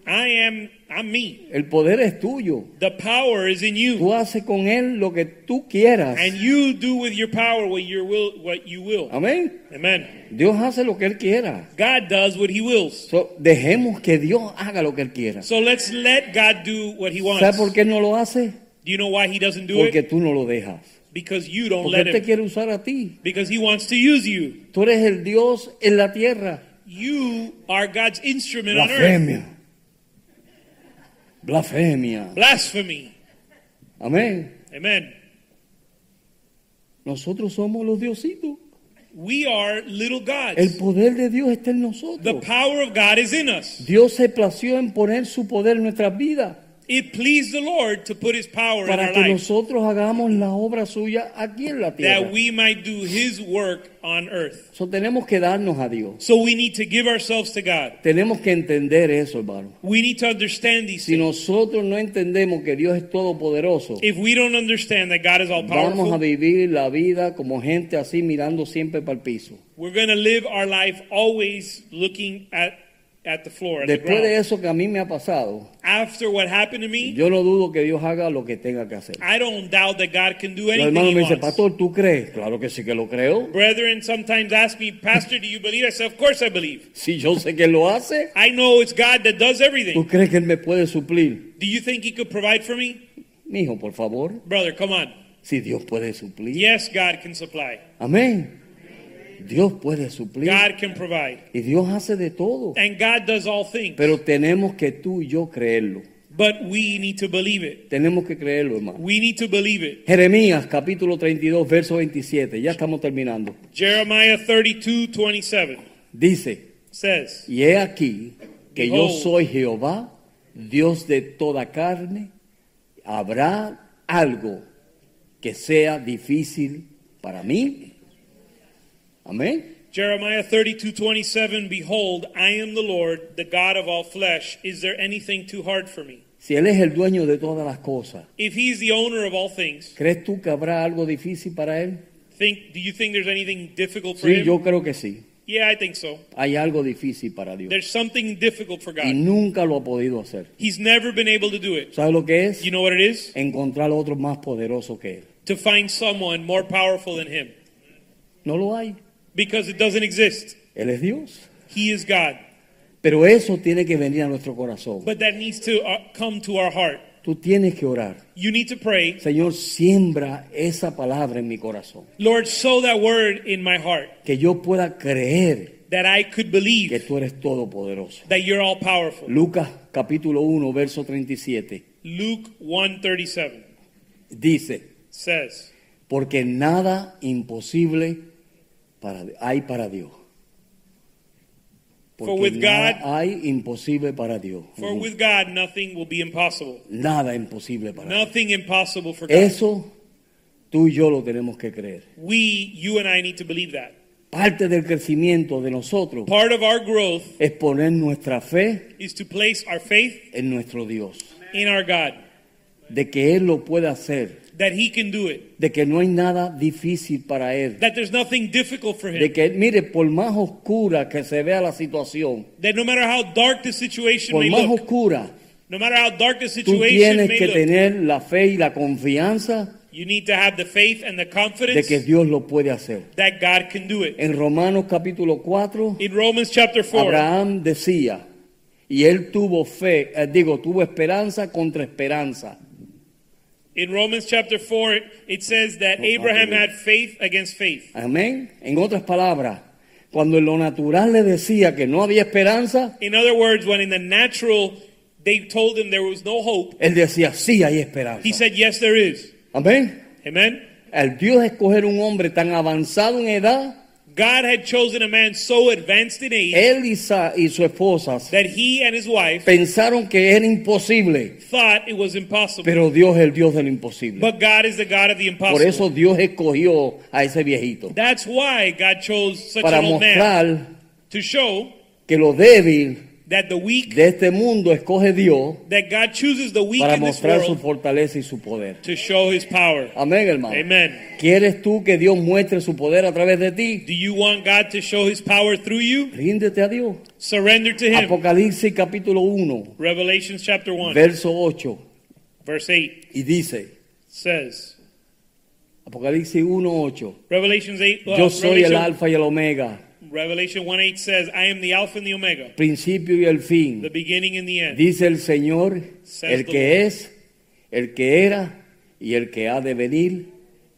I am, I'm me.
El poder es tuyo.
The power is in you.
Tú haces con él lo que tú quieras.
And you do with your power what you will. What you will.
Amén.
Amen.
Dios hace lo que él quiera.
God does what he wills.
So, dejemos que Dios haga lo que él quiera.
So let's let God do what he wants.
¿Sabes por qué no lo hace?
Do you know why he doesn't do
Porque
it?
tú no lo dejas.
Because you don't
Porque
let
él te
him.
quiere usar a ti.
Because he wants to use you.
Tú eres el Dios en la tierra.
You are God's instrument on earth.
Blasfemia. Blasfemia.
Blasphemy.
Amén.
Amen.
Nosotros somos los diositos.
We are little
El
gods.
poder de Dios está en
The
nosotros.
power of God is in us.
Dios se plació en poner su poder en nuestras vidas
It pleased the Lord to put his power in
para
our
que
life
nosotros hagamos la obra suya aquí en la tierra.
that we might do his work on earth.
So, tenemos que darnos a Dios.
So we need to give ourselves to God.
Tenemos que entender eso, hermano.
We need to understand these
Si
things.
nosotros no entendemos que Dios es todopoderoso,
If we don't understand that God is all
vamos a
powerful,
vivir la vida como gente así mirando siempre para el piso.
we're going to live our life always looking at, at the floor, at the
Después de
ground.
eso que a mí me ha pasado,
After what happened to me,
yo no dudo que Dios haga lo que tenga que hacer.
I don't doubt that God can do
El
anything
hermano me
he
dice,
wants.
pastor, ¿tú crees? Claro que sí que lo creo.
Brethren sometimes ask me, Pastor, do you believe? I say, Of course I believe.
Si yo sé que lo hace,
I know it's God that does
¿tú
everything.
crees que Él me puede suplir?
Do you think He could provide for me?
Mijo, por favor,
Brother, come on.
si Dios puede suplir.
Yes, God can supply.
Amén. Dios puede suplir.
God can provide.
Y Dios hace de todo.
And God does all things.
Pero tenemos que tú y yo creerlo.
But we need to believe it.
Tenemos que creerlo, hermano.
We need to believe it.
Jeremías capítulo 32, verso 27. Ya estamos terminando.
Jeremiah 32 27
Dice,
says,
y he aquí que yo
Behold.
soy Jehová, Dios de toda carne. ¿Habrá algo que sea difícil para mí? Amén.
Jeremiah 32 27, Behold, I am the Lord, the God of all flesh. Is there anything too hard for me?
Si Él es el dueño de todas las cosas,
If He's the owner of all things,
¿crees tú que habrá algo difícil para Él?
think, do you think there's anything difficult for
Sí,
Him?
yo creo que sí.
Yeah, I think so.
Hay algo difícil para Dios.
There's something difficult for
Y
God.
nunca lo ha podido hacer.
He's never been able to do it.
¿Sabes lo que es?
You know what it is?
Encontrar a otro más poderoso que Él.
To find someone more powerful than him
No lo hay.
because it doesn't exist.
Él es Dios.
He is God.
Pero eso tiene que venir a nuestro corazón.
But that needs to uh, come to our heart.
Tú tienes que orar.
You need to pray,
Señor, siembra esa palabra en mi corazón.
Lord, sow that word in my heart
Que yo pueda creer
that I could
que
believe
tú eres todopoderoso.
that you're all powerful.
Lucas capítulo 1, verso 37.
Luke 137
Dice,
says,
porque nada imposible para, hay para Dios.
For
Porque
with
nada
God-
hay imposible para Dios.
For
Ujú.
with God nothing will be impossible.
nada imposible para Dios.
Nothing impossible for God.
Eso tú y yo lo tenemos que creer.
We, you and I need to believe that.
Parte del crecimiento de nosotros
Part of our growth
es poner nuestra fe
is to place our faith
en nuestro Dios,
in our God,
de que Él lo puede hacer,
that He can do it,
de que no hay nada difícil para Él,
that there's nothing difficult for
de
Him,
que, mire, por más oscura que se vea la situación,
that no matter how dark the situation
por
may
más
look,
oscura,
no matter how dark the
tú
situation
tienes
may
que
look,
tener la fe y la confianza
you need to have the faith and the
de
confidence
que Dios lo puede hacer.
that God can do it.
En Romanos capítulo 4,
In Romans chapter 4,
Abraham decía, y él tuvo fe, eh, digo, tuvo esperanza contra esperanza.
in Romans chapter 4, it, it says that
Oh,
Abraham
hallelujah.
had faith against faith.
Amén. En otras palabras, cuando en lo natural le decía que no había esperanza,
In other words, when in the natural they told him there was no hope,
él decía, sí hay esperanza.
he said, Yes, there is.
Amén.
Amen?
Al Dios escoger un hombre tan avanzado en edad,
God had chosen a man so advanced in age
él y, sa- y su esposa
that he and his wife
pensaron que era imposible,
thought it was impossible.
pero Dios es el Dios del imposible.
but God is the God of the
Por
impossible.
eso Dios escogió a ese viejito,
That's why God chose such
para
an old man
mostrar
to show
que lo débil
that the weak,
de este mundo escoge Dios
that God chooses the weak
para
in this
mostrar su
world
fortaleza y su poder.
to show his power.
Amén, hermano.
Amen.
¿Quieres tú que Dios muestre su poder a través de ti?
Do you want God to show his power through you?
Ríndete a Dios.
Surrender to him.
Apocalipsis capítulo 1,
Revelations chapter 1,
verso 8.
verse 8
Y dice,
says,
Apocalipsis 1, 8.
Revelations 8, uh,
Yo soy el
Revelation,
alfa y el omega,
Revelation 1 8 says, I am the Alpha and the Omega,
principio y el
the
fin.
beginning and the end.
Dice el Señor, el que es, el que era y el que ha de venir,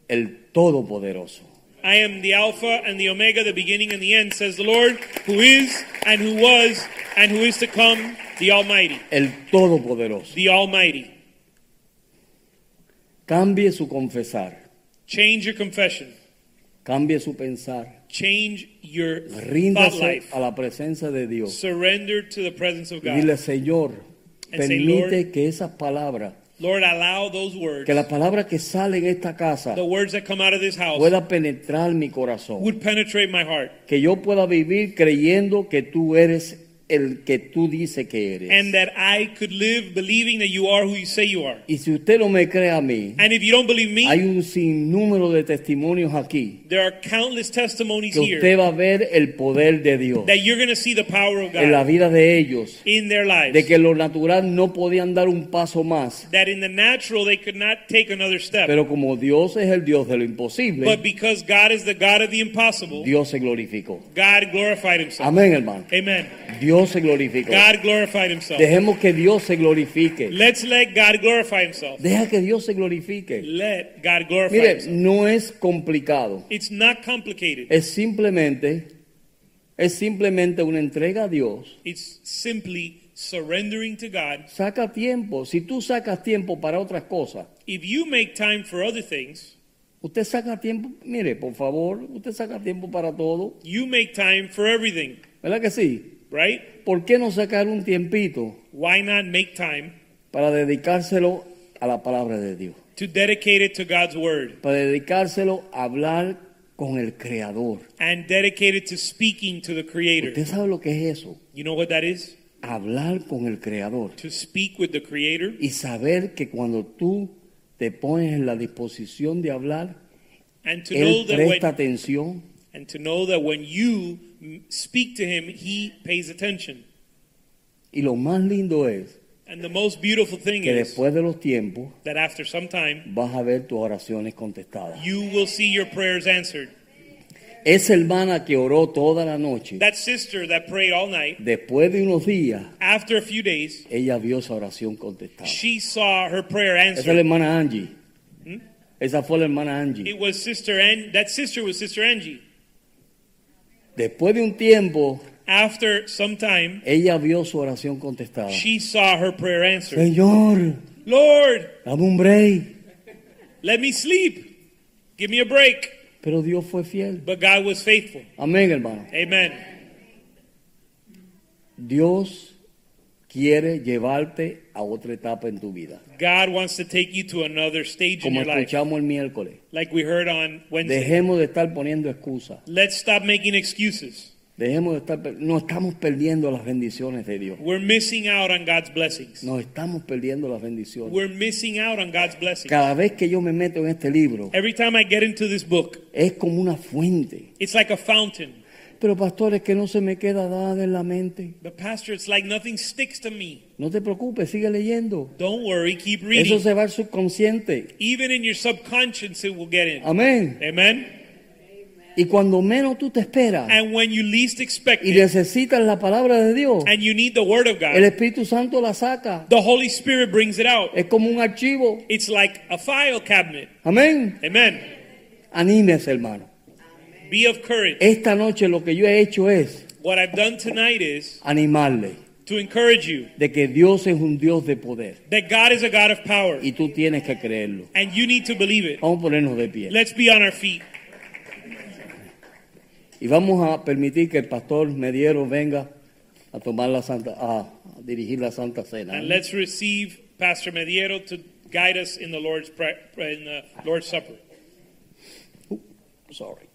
el Todopoderoso.
I am the Alpha and the Omega, the beginning and the end, says the Lord, who is and who was and who is to come, the Almighty.
El Todopoderoso.
The Almighty.
Cambie su confesar,
Change your confession,
cambie su pensar,
Change your thought
Ríndase
life.
a la presencia de Dios.
Surrender to the presence of
Y
God.
dile, Señor,
And say,
permite que esas palabras,
Lord, allow those words,
que las palabras que salen en esta casa
the words that come out of this house,
pueda penetrar mi corazón.
would penetrate my heart.
Que yo pueda vivir creyendo que tú eres el que tú dices que
And
eres.
that I could live believing that you are who you say you are.
Y si usted no me cree a mí,
And if you don't believe me,
hay un sinnúmero de testimonios aquí
there are countless testimonies
que
here
usted va a ver el poder de Dios
that you're going to see the power of
en la
God
vida de ellos,
in their lives.
de que lo natural no podían dar un paso más,
That in the natural they could not take another step.
pero como Dios es el Dios de lo
But
imposible,
because God is the God of the impossible,
Dios se glorificó.
God glorified himself.
Amén, hermano.
Amen.
Dios se glorificó.
God glorified himself.
Dejemos que Dios se glorifique.
Let's let God glorify himself.
Deja que Dios se glorifique.
Let God glorify
Mire,
himself.
no es complicado.
It's not complicated.
Es simplemente, es simplemente una entrega a Dios.
It's simply surrendering to God.
Saca tiempo. Si tú sacas tiempo para otras cosas,
If you make time for other things,
usted saca tiempo. Mire, por favor, usted saca tiempo para todo.
you make time for everything,
¿Verdad que sí?
right?
¿Por qué no sacar un tiempito
Why not make time
para dedicárselo a la palabra de Dios?
to dedicate it to God's word
Para dedicárselo a hablar con el Creador.
and dedicate it to speaking to the creator?
¿Usted sabe lo que es eso?
You know what that is?
hablar con el Creador
To speak with the creator
y saber que cuando tú te pones en la disposición de hablar,
and to know
Él
that
presta
when,
atención.
and to know that when you mm, speak to him, he pays attention.
Y lo más lindo es
And the most beautiful thing
que
is
después de los tiempos
that after some time,
vas a ver tus oraciones contestadas.
you will see your prayers answered.
Esa hermana que oró toda la noche,
That sister that prayed all night,
después de unos días,
after a few days,
ella vio esa oración contestada.
she saw her prayer
Esa es la
answered.
hermana Angie.
Hmm?
Esa fue la hermana Angie.
It was sister and that sister was sister Angie.
Después de un tiempo,
After some time,
ella vio su oración contestada.
she saw her prayer answered.
Señor,
Lord,
dame un break.
let me sleep. Give me a break.
Pero Dios fue fiel.
But God was faithful.
Amén, hermano.
Amen.
Dios quiere llevarte a otra etapa en tu vida.
God wants to take you to another stage in
Como
your life,
escuchamos el miércoles.
like we heard on Wednesday.
Dejemos de estar poniendo excusas.
Let's stop making excuses.
Dejemos de estar. pe- No estamos perdiendo las bendiciones de Dios.
We're missing out on God's blessings.
Nos estamos perdiendo las bendiciones.
We're missing out on God's blessings.
Cada vez que yo me meto en este libro,
Every time I get into this book,
es como una fuente.
it's like a fountain.
Pero pastores, que no se me queda nada en la mente.
But pastor, it's like nothing sticks to me.
No te preocupes, sigue leyendo.
Don't worry, keep reading.
Eso se va al subconsciente.
Even in your subconscious, it will get in.
Amén.
Amen.
Y cuando menos tú te esperas
And when you least expect
y
it,
necesitas la palabra de Dios,
and you need the Word of
El
God,
Espíritu Santo la saca.
the Holy Spirit brings it out.
Es como un archivo.
It's like a file cabinet.
Amén.
Amen.
Anímese, hermano.
Be of courage.
Esta noche lo que yo he hecho es
What I've done tonight is
animarle
to encourage you
de que Dios es un Dios de poder
that God is a God of power,
y tú tienes que creerlo.
and you need to believe it.
Vamos a ponernos de pie
Let's be on our feet.
y vamos a permitir que el pastor Mediero venga a tomar la santa, a dirigir la Santa Cena.
And let's receive Pastor Mediero to guide us in the Lord's pre- in the Lord's Supper.
Sorry.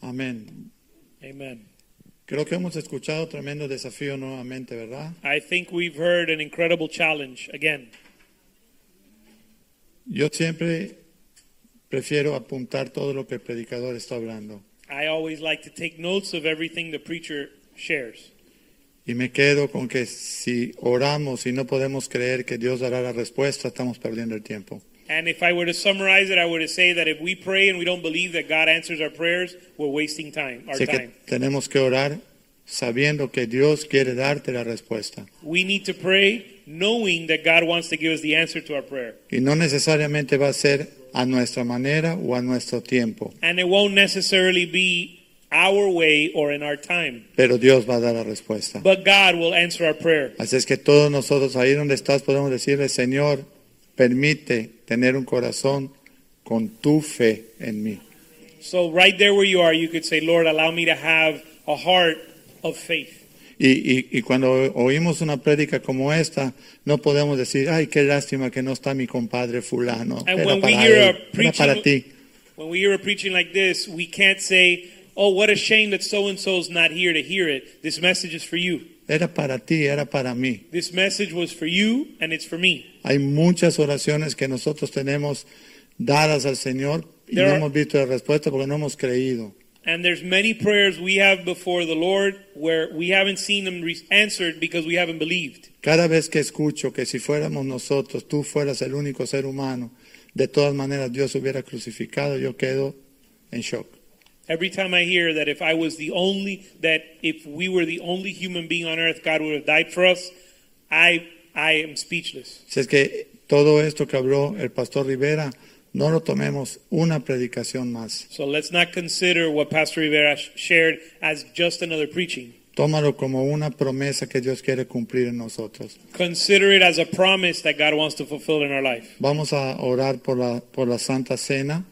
Amén.
Amen.
Creo que hemos escuchado tremendo desafío nuevamente, ¿verdad?
I think we've heard an incredible challenge again.
Yo siempre prefiero apuntar todo lo que el predicador está hablando
I always like to take notes of everything the preacher shares.
y me quedo con que si oramos y no podemos creer que Dios dará la respuesta, estamos perdiendo el tiempo.
And if I were to summarize it, I were to say that if we pray and we don't believe that God answers our prayers, we're wasting time, our
Así que
time.
tenemos que orar sabiendo que Dios quiere darte la respuesta
We need to pray knowing that God wants to give us the answer to our prayer.
y no necesariamente va a ser a nuestra manera o a nuestro tiempo.
And it won't necessarily be our way or in our time.
pero Dios va a dar la respuesta.
But God will answer our prayer.
Así es que todos nosotros ahí donde estás podemos decirle, Señor, permite tener un corazón con tu fe en mí.
So, right there where you are, you could say, Lord, allow me to have a heart of faith.
Y, y- y cuando oímos una prédica como esta, no podemos decir, ay, qué lástima que no está mi compadre fulano.
And
Era
when we
para,
hear
él,
a
era
preaching-
para ti.
When we hear a preaching like this, we can't say, oh, what a shame that so and so's not here to hear it. This message is for you.
Era para ti, era para mí.
This message was for you, and it's for me.
Hay muchas oraciones que nosotros tenemos dadas al Señor y
There
no
are-
hemos visto la respuesta porque no hemos creído.
And there's many prayers we have before the Lord where we haven't seen them re- answered because we haven't believed.
Cada vez que escucho que si fuéramos nosotros, tú fueras el único ser humano, de todas maneras Dios hubiera crucificado, yo quedo en shock.
Every time I hear that if I was the only, that if we were the only human being on earth, God would have died for us, I, I am speechless.
Si es que todo esto que habló el pastor Rivera, no lo tomemos una predicación más.
So let's not consider what Pastor Rivera sh- shared as just another preaching.
Tómalo como una promesa que Dios quiere cumplir en nosotros.
Consider it as a promise that God wants to fulfill in our life.
Vamos a orar por la, por la Santa Cena.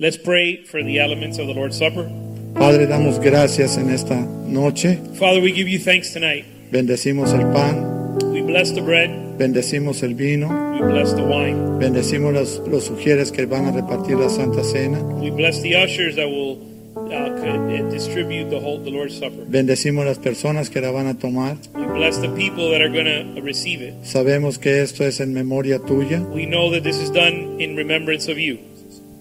Let's pray for the elements of the Lord's Supper.
Padre, damos gracias en esta noche.
Father, we give you thanks tonight.
Bendecimos el pan,
We bless the bread,
bendecimos el vino,
we bless the wine,
bendecimos los, los sugieres que van a repartir la Santa Cena,
we bless the ushers that will uh, could, uh, distribute the whole the Lord's Supper.
bendecimos las personas que la van a tomar.
We bless the people that are going to receive it.
Sabemos que esto es en memoria tuya
We know that this is done in remembrance of you,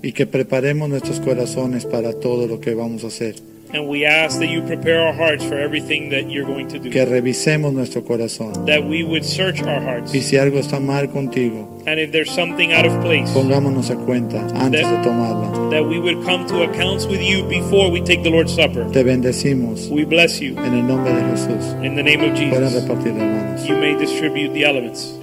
y que preparemos nuestros corazones para todo lo que vamos a hacer.
and we ask that you prepare our hearts for everything that you're going to do.
Que revisemos nuestro corazón.
That we would search our hearts,
Y si algo está mal contigo,
and if there's something out of place,
pongámonos a cuenta antes de tomarla.
that we would come to accounts with you before we take the Lord's Supper.
Te bendecimos
We bless you
en el nombre de Jesús.
in the name of
Pueden
Jesus.
repartir hermanos.
You may distribute the elements.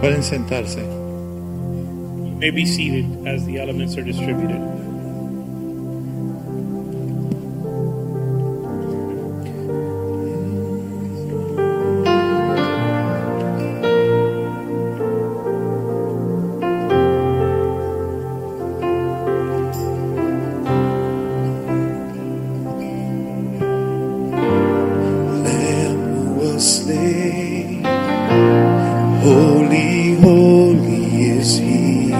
Pueden sentarse.
You may be seated as the elements are distributed.
Lamb was slain. Holy, holy is He.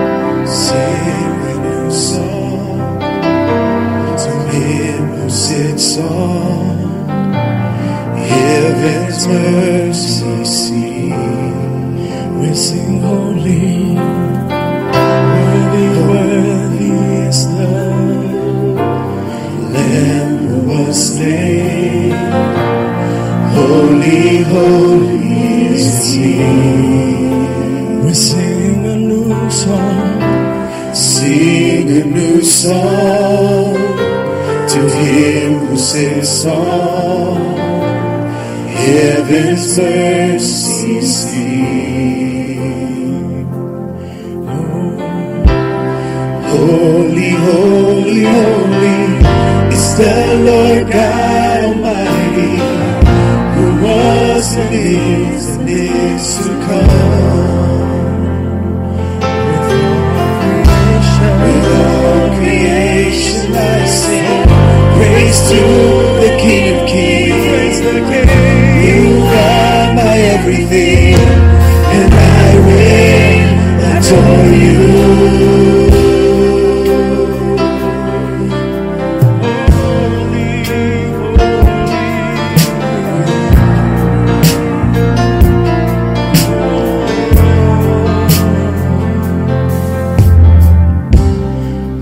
Sing a new song to Him who sits on heaven's mercy seat. We sing holy, worthy, worthy is the Lamb who was slain. Holy, holy is He. We sing a new song, sing a new song to Him who sits on heaven's mercy seat. Holy, holy, holy is the Lord God Almighty, who was and is and is to come. With all creation I sing, praise to the King of Kings. You are my everything, and I will adore you.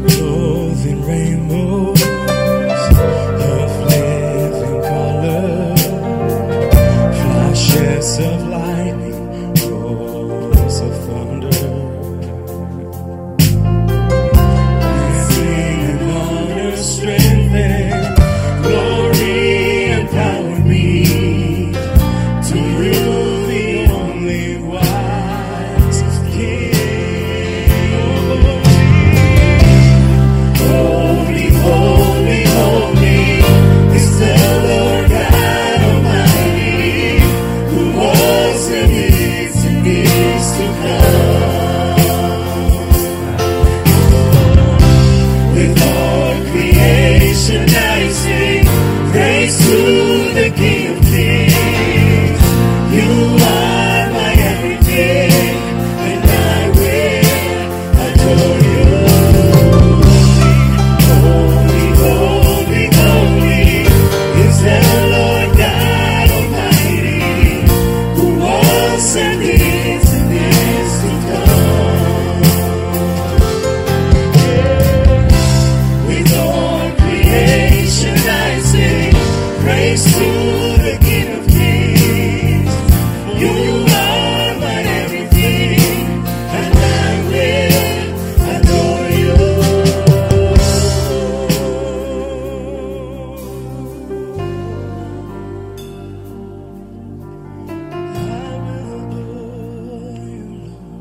Clothed in rainbows of living color, flashes of lightning, roars of thunder. Strength and glory empower me. the King of Kings. You are my everything, and I will adore you. Holy, holy, holy is the Lord God Almighty, who was and is and is to come. With all creation I sing praise to the King of Kings. You are my everything, and I will adore you.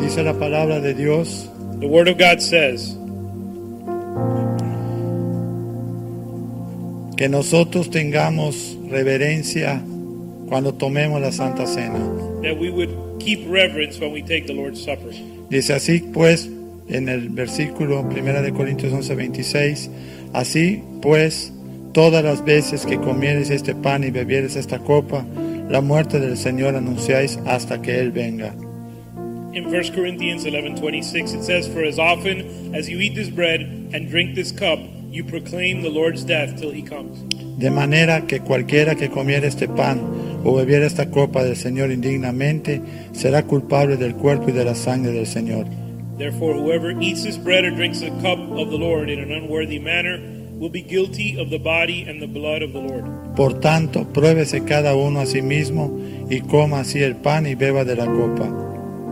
Dice la palabra de Dios
The Word of God says
que nosotros tengamos reverencia cuando tomemos la Santa Cena.
that we would keep reverence when we take the Lord's Supper.
Dice así pues en el versículo 1 de Corintios 11, 26, así pues todas las veces que comieres este pan y bebieres esta copa, la muerte del Señor anunciáis hasta que Él venga.
In 1 Corinthians 11:26 it says for as often as you eat this bread and drink this cup you proclaim the Lord's death till he comes.
De manera que cualquiera que comiera este pan o bebiera esta copa del Señor indignamente, será culpable del cuerpo y de la sangre del Señor.
Therefore, whoever eats this bread or drinks the cup of the Lord in an unworthy manner will be guilty of the body and the blood of the Lord.
Por tanto, pruébese cada uno a sí mismo y coma así el pan y beba de la copa.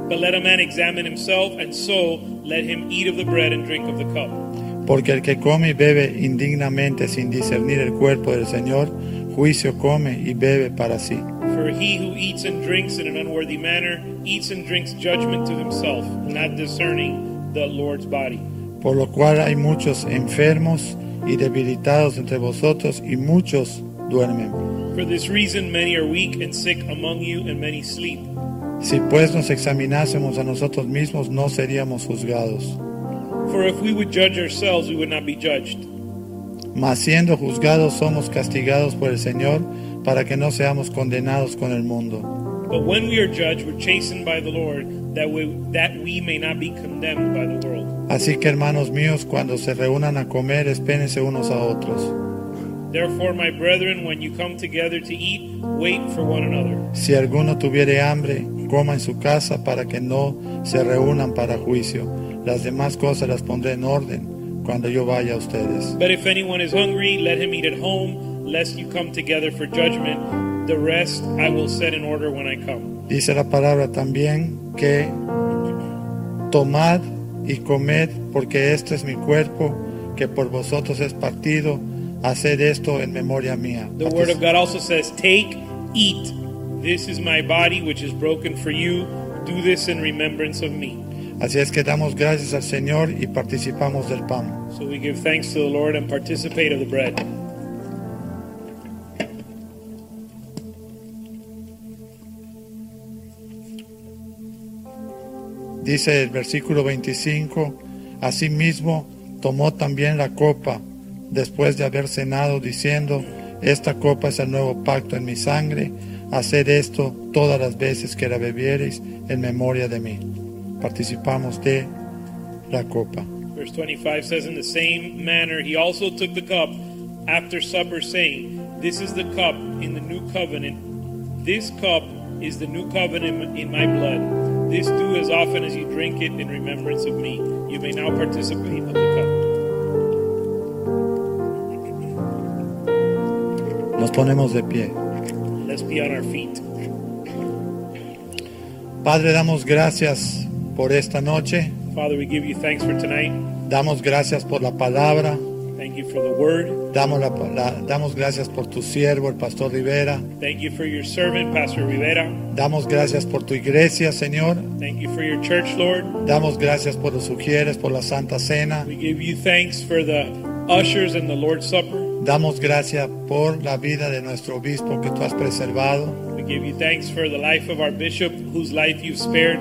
But let a man examine himself, and so let him eat of the bread and drink of the cup.
Porque el que come y bebe indignamente sin discernir el cuerpo del Señor, juicio come y bebe para sí.
For he who eats and drinks in an unworthy manner eats and drinks judgment to himself, not discerning the Lord's body.
Por lo cual hay muchos enfermos y debilitados entre vosotros y muchos duermen.
For this reason, many are weak and sick among you, and many sleep.
Si pues nos examinásemos a nosotros mismos, no seríamos juzgados.
For if we would judge ourselves, we would not be judged.
Mas siendo juzgados somos castigados por el Señor para que no seamos condenados con el mundo.
But when we are judged, we're chastened by the Lord, that we, that we may not be condemned by the world.
Así que hermanos míos, cuando se reúnan a comer, espérense unos a otros.
Therefore, my brethren, when you come together to eat, wait for one another.
Si alguno tuviere hambre, coma en su casa para que no se reúnan para juicio. Las demás cosas las pondré en orden cuando yo vaya a ustedes.
But if anyone is hungry, let him eat at home, lest you come together for judgment. The rest I will set in order when I come.
Dice la palabra también que tomad y comed, porque este es mi cuerpo, que por vosotros es partido, haced esto en memoria mía.
The word of God also says, Take, eat. This is my body, which is broken for you. Do this in remembrance of me.
Así es que damos gracias al Señor y participamos del pan.
So we give thanks to the Lord and participate of the bread.
Dice el versículo 25, asimismo tomó también la copa después de haber cenado, diciendo, esta copa es el nuevo pacto en mi sangre, haced esto todas las veces que la bebiereis en memoria de mí. Participamos de la copa.
Verse 25 says, In the same manner, he also took the cup after supper, saying, This is the cup in the new covenant. This cup is the new covenant in my blood. This do as often as you drink it in remembrance of me. You may now participate of the
Nos ponemos de pie.
cup. Let's be on our feet.
Padre, damos gracias por esta noche,
Father, we give you thanks for tonight.
damos gracias por la palabra,
Thank you for the word.
damos, la- la- damos gracias por tu siervo, el pastor Rivera,
Thank you for your servant, Pastor Rivera.
damos gracias por tu iglesia, Señor,
Thank you for your church, Lord.
damos gracias por los sugieres, por la Santa Cena,
We give you thanks for the ushers and the Lord's Supper.
damos gracias por la vida de nuestro obispo que tú has preservado,
We give you thanks for the life of our bishop, whose life you've spared.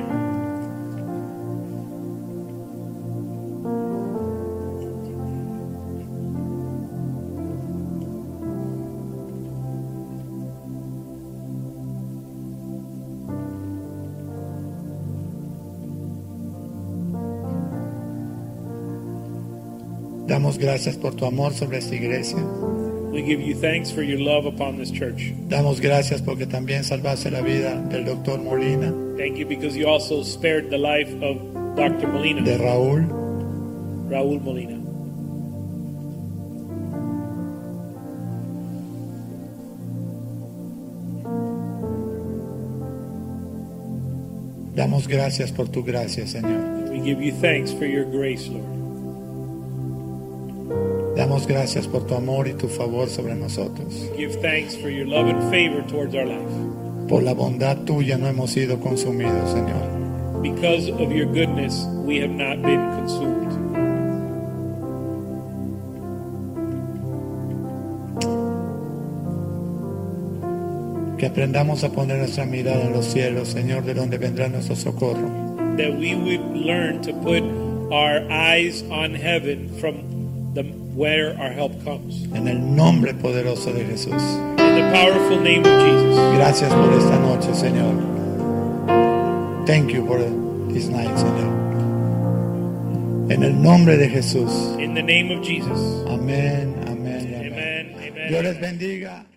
Damos gracias por tu amor sobre esta iglesia.
We give you thanks for your love upon this church.
Damos gracias porque también salvaste la vida del doctor Molina,
Thank you because you also spared the life of Dr. Molina,
de Raúl,
Raul Molina.
Damos gracias por tu gracia, Señor.
We give you thanks for your grace, Lord.
Damos gracias por tu amor y tu favor sobre nosotros.
Give thanks for your love and favor towards our life.
Por la bondad tuya no hemos sido consumidos, Señor.
Because of your goodness, we have not been consumed.
Que aprendamos a poner nuestra mirada en los cielos, Señor, de donde vendrá nuestro socorro.
That we would learn to put our eyes on heaven from the, where our help comes.
En el nombre poderoso de Jesús.
In the powerful name of Jesus.
Gracias por esta noche, Señor. Thank you for this night, Señor. En el nombre de Jesús.
In the name of Jesus.
Amén, amén, y amén.
Amen. Amen.
Dios les bendiga.